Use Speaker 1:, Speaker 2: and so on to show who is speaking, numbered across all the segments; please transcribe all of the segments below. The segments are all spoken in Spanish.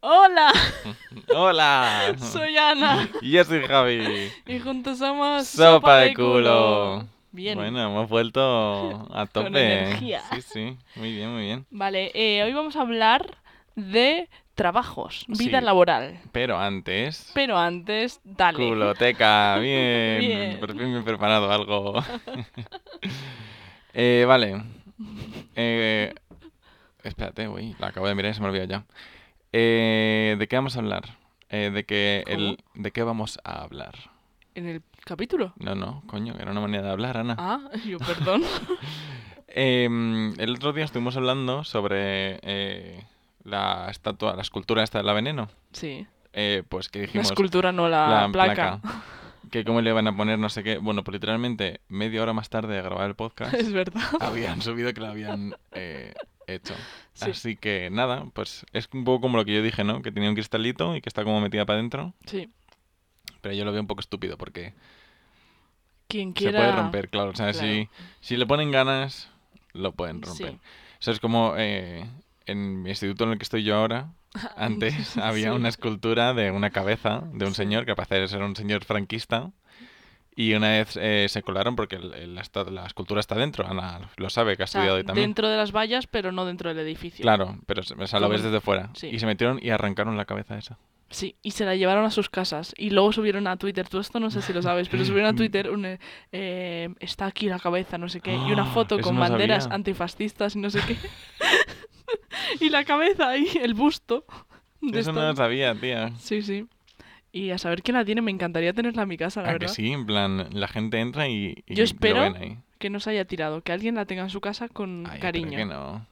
Speaker 1: Hola,
Speaker 2: Hola.
Speaker 1: soy Ana
Speaker 2: Y yo soy Javi.
Speaker 1: y juntos somos
Speaker 2: Sopa de culo.
Speaker 1: Bien.
Speaker 2: Bueno, hemos vuelto a tope.
Speaker 1: energía.
Speaker 2: Sí, sí. Muy bien, muy bien.
Speaker 1: Vale, eh, hoy vamos a hablar de trabajos, vida
Speaker 2: Sí.
Speaker 1: laboral.
Speaker 2: Pero antes.
Speaker 1: Pero antes, dale.
Speaker 2: Culoteca. Bien.
Speaker 1: Bien.
Speaker 2: Por fin me he preparado algo. Eh, vale. Eh, espérate, uy, la acabo de mirar y se me olvidó ya. Eh, ¿De qué vamos a hablar? Eh, de que el, ¿De qué vamos a hablar?
Speaker 1: En el capítulo.
Speaker 2: No, no, coño, era una manera de hablar, Ana.
Speaker 1: Ah, yo perdón.
Speaker 2: Em, el otro día estuvimos hablando sobre eh, la estatua, la escultura esta de la veneno.
Speaker 1: Sí.
Speaker 2: Eh, pues que
Speaker 1: La
Speaker 2: dijimos
Speaker 1: escultura, no la, placa.
Speaker 2: Que cómo le van a poner no sé qué. Bueno, pues literalmente media hora más tarde de grabar el podcast
Speaker 1: Es verdad.
Speaker 2: habían subido que la habían eh, hecho.
Speaker 1: Sí.
Speaker 2: Así que nada, pues es un poco como lo que yo dije, ¿no? Que tenía un cristalito y que está como metida para adentro.
Speaker 1: Sí.
Speaker 2: Pero yo lo veo un poco estúpido porque
Speaker 1: Quien
Speaker 2: se
Speaker 1: quiera.
Speaker 2: puede romper, claro. O sea, si, si le ponen ganas, lo pueden
Speaker 1: Sí.
Speaker 2: romper. O sea, es como eh, en mi instituto en el que estoy yo ahora, antes había
Speaker 1: Sí.
Speaker 2: una escultura de una cabeza de un
Speaker 1: Sí.
Speaker 2: señor que parece ser un señor franquista. Y una vez eh, se colaron porque el- el- la, esta- la escultura está dentro, Ana lo sabe, que ha
Speaker 1: O sea,
Speaker 2: estudiado ahí también.
Speaker 1: Dentro de las vallas, pero no dentro del edificio.
Speaker 2: Claro, pero se- o sea, lo
Speaker 1: Como-
Speaker 2: ves desde fuera.
Speaker 1: sí.
Speaker 2: Y se metieron y arrancaron la cabeza esa.
Speaker 1: Sí, y se la llevaron a sus casas. Y luego subieron a Twitter. Tú esto no sé si lo sabes, pero subieron a Twitter un... eh, eh, está aquí la cabeza, no sé qué. Y una
Speaker 2: Ah,
Speaker 1: foto
Speaker 2: eso
Speaker 1: con
Speaker 2: no
Speaker 1: banderas
Speaker 2: sabía.
Speaker 1: antifascistas y no sé qué. y la cabeza ahí, el busto. de
Speaker 2: Eso no
Speaker 1: esta-
Speaker 2: lo sabía, tía.
Speaker 1: Sí, sí. Y a saber quién la tiene, me encantaría tenerla en mi casa, la
Speaker 2: ¿A Ah, que
Speaker 1: verdad.
Speaker 2: sí? En plan, la gente entra y, y
Speaker 1: Yo espero-
Speaker 2: lo ven ahí.
Speaker 1: Que no se haya tirado, que alguien la tenga en su casa con
Speaker 2: Ay, espero
Speaker 1: cariño.
Speaker 2: que no.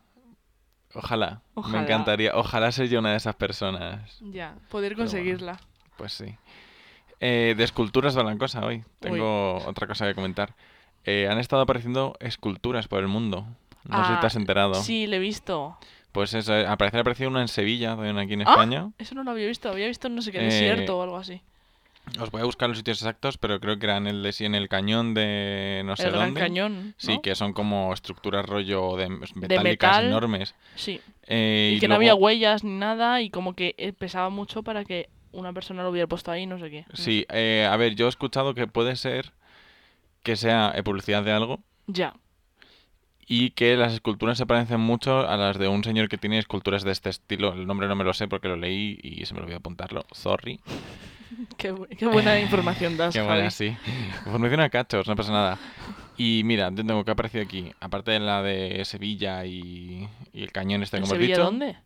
Speaker 2: Ojalá.
Speaker 1: Ojalá.
Speaker 2: Me encantaría. Ojalá ser yo una de esas personas.
Speaker 1: Ya, poder
Speaker 2: bueno.
Speaker 1: conseguirla.
Speaker 2: Pues sí. Eh, de esculturas va la cosa hoy. Tengo otra cosa que comentar. Eh, han estado apareciendo esculturas por el mundo. No sé si te
Speaker 1: Ah,
Speaker 2: has enterado.
Speaker 1: Sí, le he visto.
Speaker 2: Pues eso, eh, al parecer ha aparecido una en Sevilla, también aquí en
Speaker 1: Ah.
Speaker 2: España.
Speaker 1: Eso no lo había visto, había visto en no sé qué
Speaker 2: Eh,
Speaker 1: desierto o algo así.
Speaker 2: Os voy a buscar los sitios exactos, pero creo que eran el de sí en el cañón de no sé
Speaker 1: el Gran
Speaker 2: dónde.
Speaker 1: Cañón.
Speaker 2: Sí,
Speaker 1: ¿no?
Speaker 2: que son como estructuras rollo de metálicas
Speaker 1: metal.
Speaker 2: enormes.
Speaker 1: Sí.
Speaker 2: Eh,
Speaker 1: Y,
Speaker 2: y
Speaker 1: que no había
Speaker 2: luego-
Speaker 1: huellas ni nada y como que eh, pesaba mucho para que una persona lo hubiera puesto ahí, no sé qué. No sé.
Speaker 2: Sí, eh, a ver, yo he escuchado que puede ser que sea eh, publicidad de algo
Speaker 1: Ya,
Speaker 2: y que las esculturas se parecen mucho a las de un señor que tiene esculturas de este estilo. El nombre no me lo sé porque lo leí y se me olvidó apuntarlo. Sorry.
Speaker 1: qué, bu- qué buena información das,
Speaker 2: Qué
Speaker 1: Javi.
Speaker 2: buena, sí. Información a cachos, no pasa nada. Y mira, yo tengo que aparecer aquí. Aparte de la de Sevilla y, y el cañón este,
Speaker 1: ¿En
Speaker 2: como he
Speaker 1: Sevilla
Speaker 2: dicho.
Speaker 1: dónde?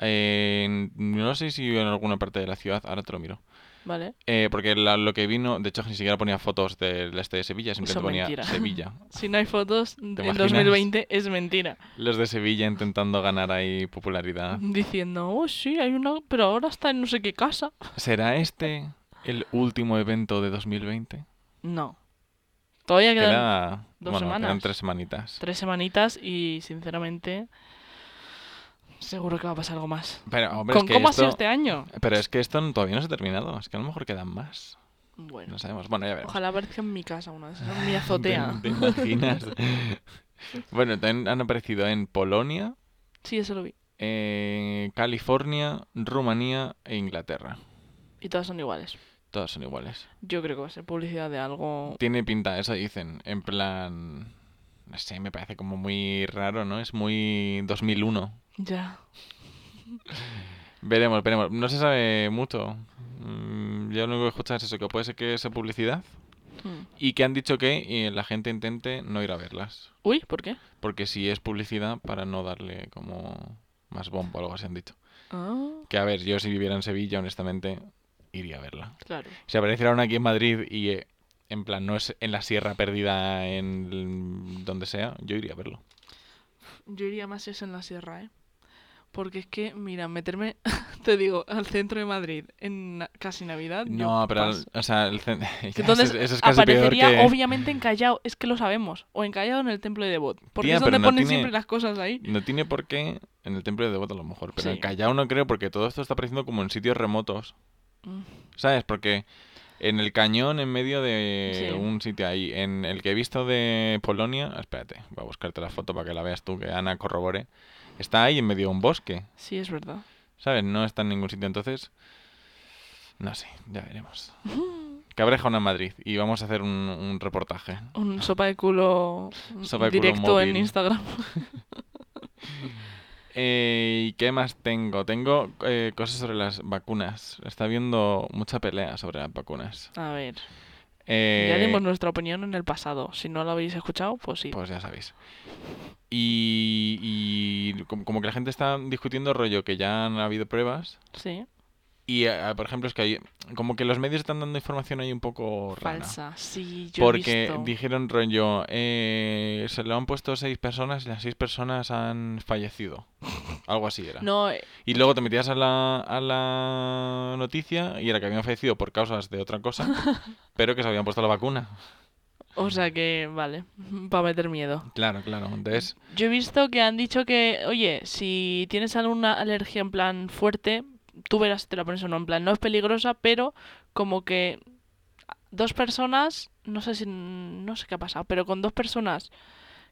Speaker 2: eh, no sé si en alguna parte de la ciudad, ahora te lo miro.
Speaker 1: Vale.
Speaker 2: Eh, porque la- lo que vino, de hecho, ni siquiera ponía fotos del este de Sevilla, simplemente
Speaker 1: Eso
Speaker 2: ponía
Speaker 1: mentira.
Speaker 2: Sevilla.
Speaker 1: Si no hay fotos, en
Speaker 2: imaginas?
Speaker 1: 2020 es mentira.
Speaker 2: Los de Sevilla intentando ganar ahí popularidad.
Speaker 1: Diciendo, oh, sí, hay una, pero ahora está en no sé qué casa.
Speaker 2: ¿Será este el último evento de 2020?
Speaker 1: No. Todavía quedan
Speaker 2: Queda,
Speaker 1: dos
Speaker 2: bueno, quedan
Speaker 1: semanas.
Speaker 2: tres semanitas.
Speaker 1: tres semanitas y, sinceramente, seguro que va a pasar algo más.
Speaker 2: Pero, hombre,
Speaker 1: ¿Con
Speaker 2: es que
Speaker 1: cómo ha sido
Speaker 2: esto...
Speaker 1: este año?
Speaker 2: Pero es que esto no- todavía no se ha terminado. Es que a lo mejor quedan más.
Speaker 1: Bueno,
Speaker 2: No sabemos. Bueno, ya veremos.
Speaker 1: ojalá aparezca en mi casa una de esas, en mi
Speaker 2: ¿Te,
Speaker 1: azotea.
Speaker 2: te imaginas? bueno, también han aparecido en Polonia,
Speaker 1: Sí, eso lo vi.
Speaker 2: eh, California, Rumanía e Inglaterra.
Speaker 1: Y todas son iguales.
Speaker 2: Todas son iguales.
Speaker 1: Yo creo que va a ser publicidad de algo.
Speaker 2: Tiene pinta, eso dicen. En plan. No sé, me parece como muy raro, ¿no? Es muy 2001.
Speaker 1: Ya.
Speaker 2: Veremos, veremos. No se sabe mucho. Mm, Yo lo único que he escuchado es eso, que puede ser que sea publicidad
Speaker 1: Hmm.
Speaker 2: y que han dicho que eh, la gente intente no ir a verlas.
Speaker 1: Uy, ¿por qué?
Speaker 2: Porque si es publicidad, para no darle como más bombo o algo así han dicho.
Speaker 1: Ah,
Speaker 2: Que a ver, yo si viviera en Sevilla, honestamente, iría a verla.
Speaker 1: claro.
Speaker 2: Si apareciera una aquí en Madrid y eh, en plan no es en la Sierra Perdida, en donde sea, yo iría a verlo.
Speaker 1: Yo iría más si es en la sierra, ¿eh? Porque es que, mira, meterme, te digo, al centro de Madrid en na- casi Navidad. yo
Speaker 2: No, pero,
Speaker 1: paso.
Speaker 2: o sea, el cen- ya,
Speaker 1: Que Entonces,
Speaker 2: eso, es- eso es casi peor
Speaker 1: aparecería
Speaker 2: que...
Speaker 1: obviamente en Callao, es que lo sabemos. O en Callao o en el templo de Devot. Porque
Speaker 2: Tía,
Speaker 1: es
Speaker 2: pero
Speaker 1: donde
Speaker 2: no
Speaker 1: ponen
Speaker 2: tiene-
Speaker 1: siempre las cosas ahí.
Speaker 2: No tiene por qué en el Templo de Devoto a lo mejor, pero en
Speaker 1: Sí.
Speaker 2: Callao no creo porque todo esto está apareciendo como en sitios remotos,
Speaker 1: Mm,
Speaker 2: ¿sabes? Porque en el cañón en medio de
Speaker 1: Sí.
Speaker 2: un sitio ahí, en el que he visto de Polonia, espérate, voy a buscarte la foto para que la veas tú, que Ana corrobore, está ahí en medio de un bosque.
Speaker 1: Sí, es verdad.
Speaker 2: ¿Sabes? No está en ningún sitio. Entonces, no sé, ya veremos. Cabrejona en Madrid y vamos a hacer un, un reportaje.
Speaker 1: Un sopa de culo
Speaker 2: Sopa de culo
Speaker 1: directo en
Speaker 2: móvil.
Speaker 1: Instagram.
Speaker 2: Eh, ¿Y qué más tengo? Tengo eh, cosas sobre las vacunas. Está habiendo mucha pelea sobre las vacunas.
Speaker 1: A ver, ya
Speaker 2: Eh,
Speaker 1: dimos nuestra opinión en el pasado. Si no la habéis escuchado, pues sí.
Speaker 2: Pues ya sabéis. Y, y com- como que la gente está discutiendo rollo que ya han habido pruebas.
Speaker 1: sí,
Speaker 2: Y, eh, por ejemplo, es que hay, como que los medios están dando información ahí un poco rara.
Speaker 1: falsa. Sí, yo he
Speaker 2: Porque
Speaker 1: visto.
Speaker 2: dijeron rollo, eh, se lo han puesto seis personas y las seis personas han fallecido. Algo así era.
Speaker 1: No, eh,
Speaker 2: Y luego te metías a la, a la noticia y era que habían fallecido por causas de otra cosa, pero que se habían puesto la vacuna.
Speaker 1: o sea que, vale, para meter miedo.
Speaker 2: Claro, claro. Entonces,
Speaker 1: Yo he visto que han dicho que, oye, si tienes alguna alergia en plan fuerte, tú verás si te la pones o no. En plan, no es peligrosa, pero como que dos personas, no sé si, no sé qué ha pasado, pero con dos personas,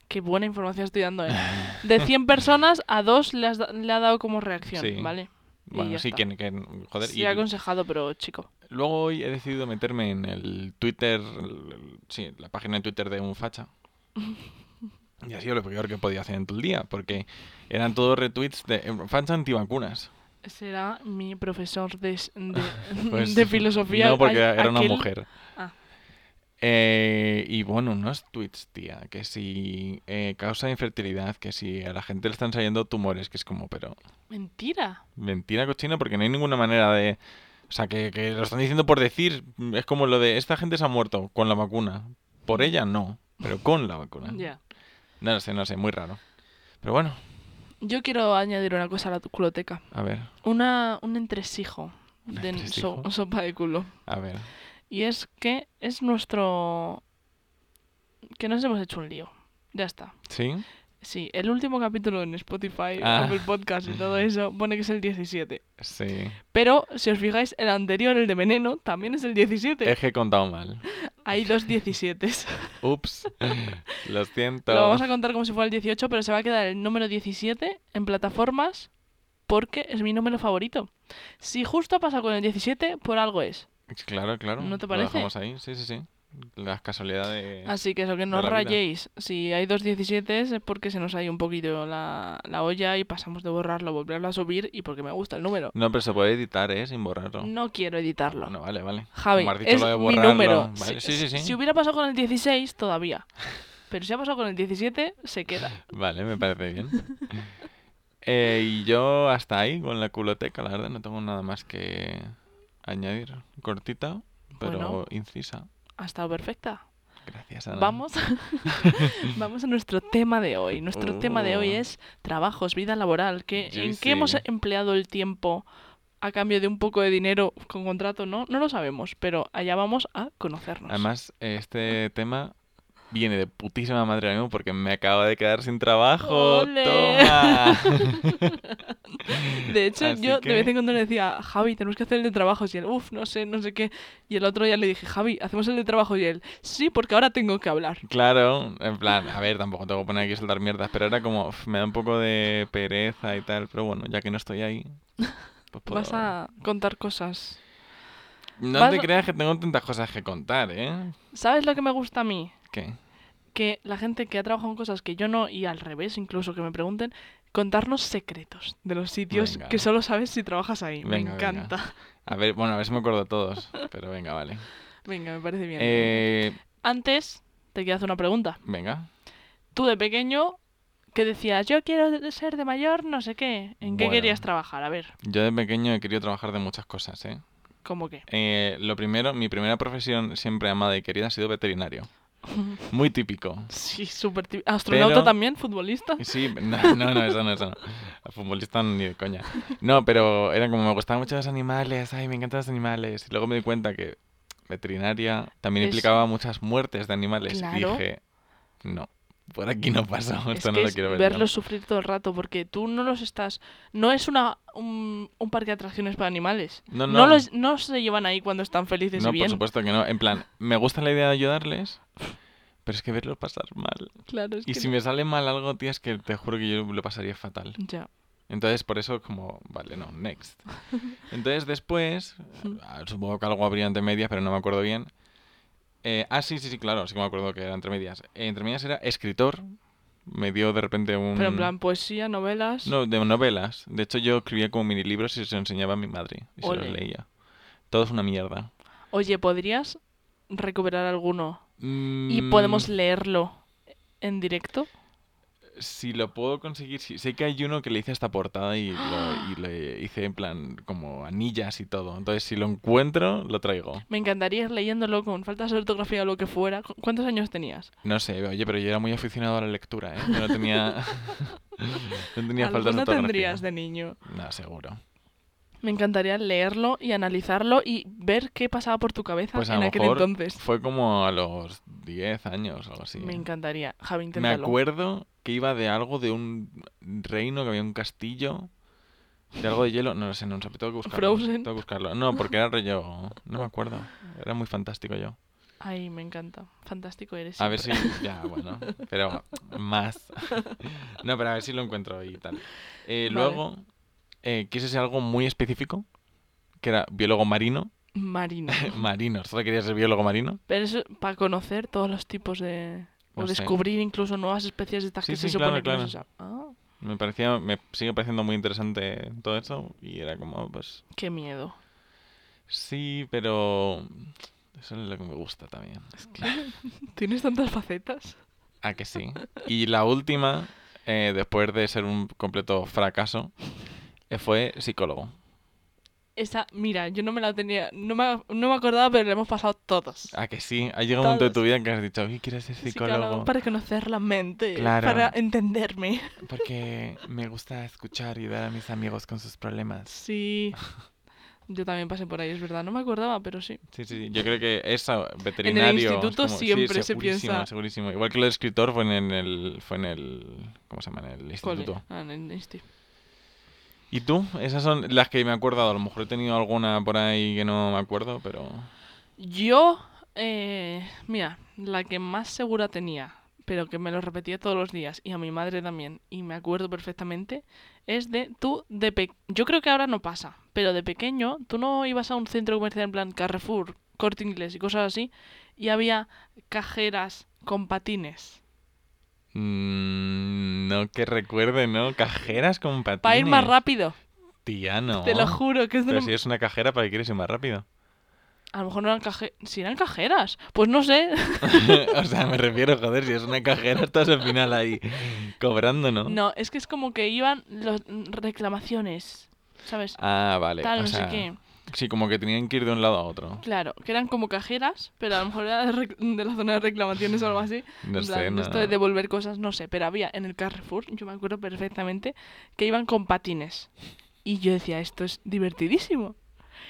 Speaker 1: qué buena información estoy dando, ¿eh? De 100 personas, a dos le, has da- le ha dado como reacción,
Speaker 2: Sí.
Speaker 1: ¿vale? Y
Speaker 2: bueno,
Speaker 1: ya
Speaker 2: sí,
Speaker 1: está.
Speaker 2: que, que- joder.
Speaker 1: Sí,
Speaker 2: y
Speaker 1: he aconsejado, pero chico.
Speaker 2: luego hoy he decidido meterme en el Twitter, el- el- sí, la página de Twitter de un facha. Y ha sido lo peor que podía hacer en todo el día, porque eran todos retweets de eh, facha antivacunas.
Speaker 1: Será mi profesor de, s- de-
Speaker 2: Pues,
Speaker 1: de filosofía.
Speaker 2: No, porque
Speaker 1: a-
Speaker 2: era una
Speaker 1: aquel-
Speaker 2: mujer.
Speaker 1: Ah.
Speaker 2: Eh, y bueno, unos tweets, tía, que si eh, causa infertilidad, que si a la gente le están saliendo tumores, que es como, pero
Speaker 1: Mentira.
Speaker 2: mentira cochina, porque no hay ninguna manera de... O sea, que, que lo están diciendo por decir, mm, es como lo de, esta gente se ha muerto con la vacuna. Por ella no, pero con la vacuna.
Speaker 1: Mm. Ya.
Speaker 2: No lo sé, no lo sé, muy raro. Pero bueno,
Speaker 1: Yo quiero añadir una cosa a la tu- culoteca.
Speaker 2: a ver,
Speaker 1: Una, un entresijo de n- so-
Speaker 2: entresijo?
Speaker 1: sopa de culo.
Speaker 2: a ver.
Speaker 1: Y es que es nuestro... Que nos hemos hecho un lío. Ya está.
Speaker 2: ¿Sí?
Speaker 1: Sí, el último capítulo en Spotify,
Speaker 2: Ah.
Speaker 1: Apple Podcast y todo eso pone que es el 17.
Speaker 2: Sí.
Speaker 1: Pero si os fijáis, el anterior, el de Veneno, también es el 17.
Speaker 2: Es que he contado mal.
Speaker 1: Hay dos 17.
Speaker 2: Ups. Lo siento.
Speaker 1: Lo vamos a contar como si fuera el 18, pero se va a quedar el número 17 en plataformas porque es mi número favorito. Si justo ha pasado con el 17, por algo es.
Speaker 2: Claro, claro.
Speaker 1: ¿No te
Speaker 2: Lo
Speaker 1: parece?
Speaker 2: dejamos ahí, sí, sí, sí. Las casualidades.
Speaker 1: Así que eso, que no
Speaker 2: de la vida.
Speaker 1: rayéis. Si hay dos 17 es porque se nos ha ido un poquito la, la olla y pasamos de borrarlo, volverlo a subir y porque me gusta el número.
Speaker 2: No, pero se puede editar, ¿eh? Sin borrarlo.
Speaker 1: No quiero editarlo.
Speaker 2: Bueno, vale, vale.
Speaker 1: Javi,
Speaker 2: Como has dicho
Speaker 1: es
Speaker 2: lo de
Speaker 1: mi
Speaker 2: borrarlo,
Speaker 1: número.
Speaker 2: vale,
Speaker 1: Si-
Speaker 2: sí, sí, sí.
Speaker 1: Si hubiera pasado con el 16, todavía. Pero si ha pasado con el 17, se queda.
Speaker 2: Vale, me parece bien. Eh, y yo hasta ahí con la culoteca, la verdad, no tengo nada más que añadir. Cortita, pero
Speaker 1: Bueno.
Speaker 2: incisa.
Speaker 1: Ha estado perfecta.
Speaker 2: Gracias, Ana.
Speaker 1: Vamos, vamos a nuestro tema de hoy. Nuestro tema de hoy
Speaker 2: Oh.
Speaker 1: es trabajos, vida laboral. Que, ¿En
Speaker 2: Juicy.
Speaker 1: qué hemos empleado el tiempo a cambio de un poco de dinero con contrato? No, no lo sabemos, pero allá vamos a conocernos.
Speaker 2: Además, este tema viene de putísima madre ahora mismo porque me acabo de quedar sin trabajo.
Speaker 1: ¡Ole!
Speaker 2: ¡Toma!
Speaker 1: de hecho,
Speaker 2: así
Speaker 1: yo
Speaker 2: que-
Speaker 1: de vez en cuando le decía, Javi, tenemos que hacer el de trabajos. Y él, uff, no sé, no sé qué. Y el otro día le dije, Javi, hacemos el de trabajos. Y él, sí, porque ahora tengo que hablar.
Speaker 2: Claro, en plan, a ver, tampoco tengo que poner aquí a soltar mierdas, pero era como, "Uf, me da un poco de pereza y tal, pero bueno, ya que no estoy ahí, pues puedo...
Speaker 1: Vas a contar cosas.
Speaker 2: No
Speaker 1: vas
Speaker 2: te
Speaker 1: a-
Speaker 2: creas que tengo tantas cosas que contar, ¿eh?
Speaker 1: ¿Sabes lo que me gusta a mí?
Speaker 2: ¿Qué?
Speaker 1: que la gente que ha trabajado en cosas que yo no, y al revés incluso, que me pregunten, contarnos secretos de los sitios
Speaker 2: Venga.
Speaker 1: que solo sabes si trabajas ahí.
Speaker 2: Venga,
Speaker 1: me
Speaker 2: venga.
Speaker 1: encanta.
Speaker 2: A ver, bueno, a ver si me acuerdo de todos, pero venga, vale.
Speaker 1: Venga, me parece bien.
Speaker 2: Eh,
Speaker 1: Antes, te quiero hacer una pregunta.
Speaker 2: venga.
Speaker 1: Tú de pequeño, que decías, yo quiero de- ser de mayor, no sé qué. ¿En qué
Speaker 2: Bueno.
Speaker 1: querías trabajar? A ver,
Speaker 2: Yo de pequeño he querido trabajar de muchas cosas, ¿eh?
Speaker 1: ¿cómo qué?
Speaker 2: Eh, Lo primero, mi primera profesión siempre amada y querida ha sido veterinario. Muy típico.
Speaker 1: Sí, súper típico. ¿Astronauta
Speaker 2: Pero-
Speaker 1: también? ¿Futbolista?
Speaker 2: Sí, no, no, no, eso no, eso no. A Futbolista ni de coña. No, pero era como me gustaban mucho los animales, ay, me encantan los animales. Y luego me di cuenta que veterinaria también
Speaker 1: Es-
Speaker 2: implicaba muchas muertes de animales. Y
Speaker 1: Claro.
Speaker 2: dije, no, por aquí no paso,
Speaker 1: Es
Speaker 2: esto
Speaker 1: que
Speaker 2: no lo
Speaker 1: es
Speaker 2: quiero ver. yo".
Speaker 1: verlos sufrir todo el rato, porque tú no los estás... No es una, un, un parque de atracciones para animales.
Speaker 2: No,
Speaker 1: No,
Speaker 2: no,
Speaker 1: los, no se llevan ahí cuando están felices
Speaker 2: no,
Speaker 1: y bien.
Speaker 2: por supuesto que no. En plan, me gusta la idea de ayudarles, pero es que verlos pasar mal.
Speaker 1: Claro, es
Speaker 2: Y
Speaker 1: que
Speaker 2: si
Speaker 1: no-
Speaker 2: me sale mal algo, tío, es que te juro que yo lo pasaría fatal.
Speaker 1: Ya.
Speaker 2: Entonces, por eso es como, vale, no, next. Entonces, después, ah, supongo que algo habría entre medias, pero no me acuerdo bien. Eh, ah, sí, sí, sí, claro, sí que me acuerdo que era entre medias. Eh, entre medias era escritor. Me dio de repente un...
Speaker 1: Pero en plan, pues poesía, novelas.
Speaker 2: Mm. No, de novelas. De hecho, yo escribía como mini libros y se los enseñaba a mi madre. Y se
Speaker 1: Ole.
Speaker 2: los leía. Todo es una mierda.
Speaker 1: Oye, ¿podrías recuperar alguno? Y podemos
Speaker 2: Mm,
Speaker 1: leerlo en directo.
Speaker 2: Si lo puedo conseguir, sí. Sé que hay uno que le hice esta portada y lo, y le hice en plan como anillas y todo. Entonces, si lo encuentro, lo traigo.
Speaker 1: Me encantaría ir leyéndolo con faltas de ortografía o lo que fuera. ¿Cu- ¿Cuántos años tenías?
Speaker 2: No sé, oye, pero yo era muy aficionado a la lectura, ¿eh? Yo no tenía... no tenía faltas
Speaker 1: ¿Alguna
Speaker 2: de ortografía.
Speaker 1: tendrías de niño?
Speaker 2: No, seguro.
Speaker 1: Me encantaría leerlo y analizarlo y ver qué pasaba por tu cabeza
Speaker 2: Pues a
Speaker 1: en
Speaker 2: lo
Speaker 1: aquel
Speaker 2: mejor
Speaker 1: entonces.
Speaker 2: Fue como a los 10 años o algo así.
Speaker 1: Me
Speaker 2: ¿eh?
Speaker 1: encantaría. Javi,
Speaker 2: Me
Speaker 1: inténtalo.
Speaker 2: acuerdo que iba de algo de un reino, que había un castillo, de algo de hielo, no lo sé, no sé, tengo que buscarlo.
Speaker 1: Frozen.
Speaker 2: Tengo que buscarlo. No, porque era rollo, no me acuerdo, era muy fantástico yo.
Speaker 1: Ay, me encanta. Fantástico eres.
Speaker 2: A ver si,
Speaker 1: siempre.
Speaker 2: ya, bueno, pero más. No, pero a ver si lo encuentro y tal.
Speaker 1: Vale.
Speaker 2: Eh, Luego, eh, quise ser algo muy específico, que era biólogo marino,
Speaker 1: Marino.
Speaker 2: marino, solo quería ser biólogo marino.
Speaker 1: Pero eso para conocer todos los tipos de...
Speaker 2: No
Speaker 1: o
Speaker 2: sé.
Speaker 1: descubrir incluso nuevas especies de estas
Speaker 2: Sí,
Speaker 1: que se
Speaker 2: sí,
Speaker 1: supone
Speaker 2: claro,
Speaker 1: que no
Speaker 2: claro.
Speaker 1: se saben. Ah,
Speaker 2: Me parecía, me sigue pareciendo muy interesante todo eso y era como, pues,
Speaker 1: qué miedo.
Speaker 2: Sí, pero eso es lo que me gusta también.
Speaker 1: ¿Tienes tantas facetas?
Speaker 2: ¿A que sí? Y la última, eh, después de ser un completo fracaso, eh, fue psicólogo.
Speaker 1: Esa, mira, yo no me la tenía, no me, no me acordaba, pero la hemos pasado todos.
Speaker 2: ¿A que sí? Ha llegado un momento de tu
Speaker 1: Todos.
Speaker 2: vida en que has dicho, oye, quieres ser Ah, psicólogo
Speaker 1: Para conocer la mente,
Speaker 2: Claro.
Speaker 1: para entenderme.
Speaker 2: porque me gusta escuchar y dar a mis amigos con sus problemas.
Speaker 1: Sí. Yo también pasé por ahí, es verdad. No me acordaba, pero sí.
Speaker 2: Sí, sí, sí, yo creo que eso, veterinario... es
Speaker 1: instituto
Speaker 2: sí,
Speaker 1: siempre se
Speaker 2: segurísimo,
Speaker 1: piensa-
Speaker 2: segurísimo. Igual que lo de escritor fue en el... Fue en el ¿Cómo se llama? En el
Speaker 1: Cole.
Speaker 2: instituto.
Speaker 1: Ah, en el Insti.
Speaker 2: ¿Y tú? Esas son las que me he acordado. A lo mejor he tenido alguna por ahí que no me acuerdo, pero...
Speaker 1: Yo, eh, mira, la que más segura tenía, pero que me lo repetía todos los días, y a mi madre también, y me acuerdo perfectamente, es de tú de pe- Yo creo que ahora no pasa, pero de pequeño tú no ibas a un centro comercial en plan Carrefour, Corte Inglés y cosas así, y había cajeras con patines.
Speaker 2: Mm, no que recuerde, ¿no? Cajeras con patines.
Speaker 1: Para ir más rápido,
Speaker 2: Tía, no.
Speaker 1: te lo juro, que es de
Speaker 2: Pero
Speaker 1: lo-
Speaker 2: si es una cajera, ¿para qué quieres ir más rápido?
Speaker 1: A lo mejor no eran cajeras. Si eran cajeras, pues no sé.
Speaker 2: o sea, me refiero, joder, si es una cajera, estás al final ahí cobrando, ¿no?
Speaker 1: No, es que es como que iban las reclamaciones, ¿sabes?
Speaker 2: Ah, vale.
Speaker 1: Tal,
Speaker 2: o
Speaker 1: no sé
Speaker 2: sea,
Speaker 1: qué.
Speaker 2: Sí, como que tenían que ir de un lado a otro.
Speaker 1: Claro, que eran como cajeras, pero a lo mejor era de, rec- de la zona de reclamaciones o algo así.
Speaker 2: No
Speaker 1: En
Speaker 2: sé,
Speaker 1: plan,
Speaker 2: no.
Speaker 1: Esto de devolver cosas, no sé, pero había en el Carrefour, yo me acuerdo perfectamente, que iban con patines. Y yo decía, esto es divertidísimo.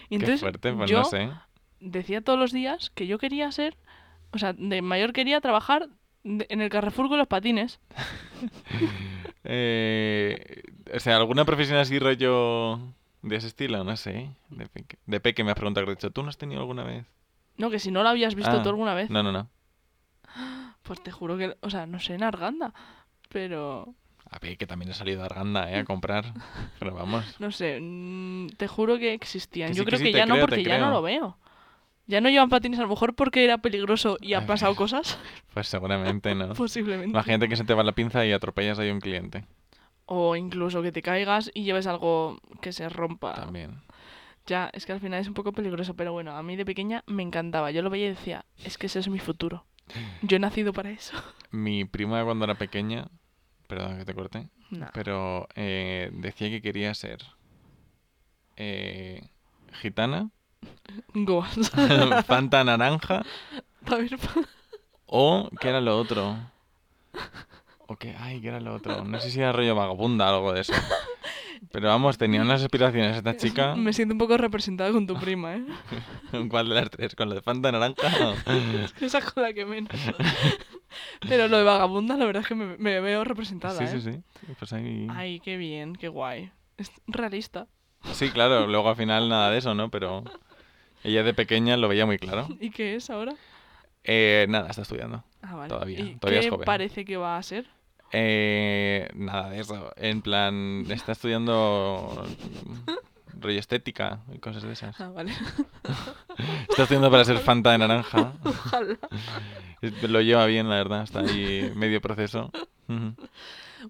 Speaker 1: Y
Speaker 2: Qué
Speaker 1: entonces
Speaker 2: fuerte, pues
Speaker 1: yo
Speaker 2: no sé.
Speaker 1: decía todos los días que yo quería ser, o sea, de mayor quería trabajar de- en el Carrefour con los patines.
Speaker 2: Eh, o sea, ¿alguna profesión así rollo de ese estilo? No sé. De peque, de peque me has preguntado, de hecho, ¿tú no has tenido alguna vez?
Speaker 1: No, que si no lo habías visto
Speaker 2: Ah,
Speaker 1: tú alguna vez,
Speaker 2: No, no, no.
Speaker 1: pues te juro que, o sea, no sé, en Arganda, pero...
Speaker 2: A ver, que también he salido a Arganda, ¿eh? A comprar. Pero vamos.
Speaker 1: No sé, mm, te juro que existían.
Speaker 2: Que
Speaker 1: Yo
Speaker 2: sí, que
Speaker 1: creo
Speaker 2: sí,
Speaker 1: que
Speaker 2: te
Speaker 1: ya no,
Speaker 2: creo, te
Speaker 1: porque ya no
Speaker 2: creo.
Speaker 1: lo veo. Ya no llevan patines, a lo mejor porque era peligroso y
Speaker 2: A
Speaker 1: han
Speaker 2: ver.
Speaker 1: pasado cosas,
Speaker 2: Pues seguramente no.
Speaker 1: posiblemente.
Speaker 2: Imagínate que se te va la pinza y atropellas ahí a un cliente.
Speaker 1: O incluso que te caigas y lleves algo que se rompa.
Speaker 2: También.
Speaker 1: Ya, es que al final es un poco peligroso, pero bueno, a mí de pequeña me encantaba. Yo lo veía y decía, es que ese es mi futuro. Yo he nacido para eso.
Speaker 2: Mi prima cuando era pequeña, perdón que te corté,
Speaker 1: No.
Speaker 2: pero eh, decía que quería ser eh, gitana,
Speaker 1: Goas.
Speaker 2: fanta naranja
Speaker 1: También pa-
Speaker 2: o ¿qué era lo otro? O que, ay, ¿qué era lo otro? No sé si era rollo vagabunda o algo de eso. Pero vamos, tenía unas aspiraciones esta chica.
Speaker 1: Me siento un poco representada con tu prima, ¿eh?
Speaker 2: ¿Cuál de las tres? ¿Con lo de fanta naranja?
Speaker 1: Es que esa es con la que menos. Pero lo de vagabunda, la verdad es que me, me veo representada,
Speaker 2: sí,
Speaker 1: ¿eh?
Speaker 2: sí, sí. Pues ahí...
Speaker 1: Ay, qué bien, qué guay. Es realista.
Speaker 2: Sí, claro, luego al final nada de eso, ¿no? Pero ella de pequeña lo veía muy claro.
Speaker 1: ¿Y qué es ahora?
Speaker 2: Eh, nada, está estudiando.
Speaker 1: Ah, vale.
Speaker 2: Todavía,
Speaker 1: ¿Y
Speaker 2: todavía
Speaker 1: qué
Speaker 2: es joven.
Speaker 1: parece que va a ser?
Speaker 2: Eh, nada de eso. En plan, está estudiando rollo estética y cosas de esas.
Speaker 1: Ah, vale.
Speaker 2: Está estudiando para ser Fanta de naranja.
Speaker 1: Ojalá.
Speaker 2: Lo lleva bien, la verdad, hasta ahí medio proceso. Ujú.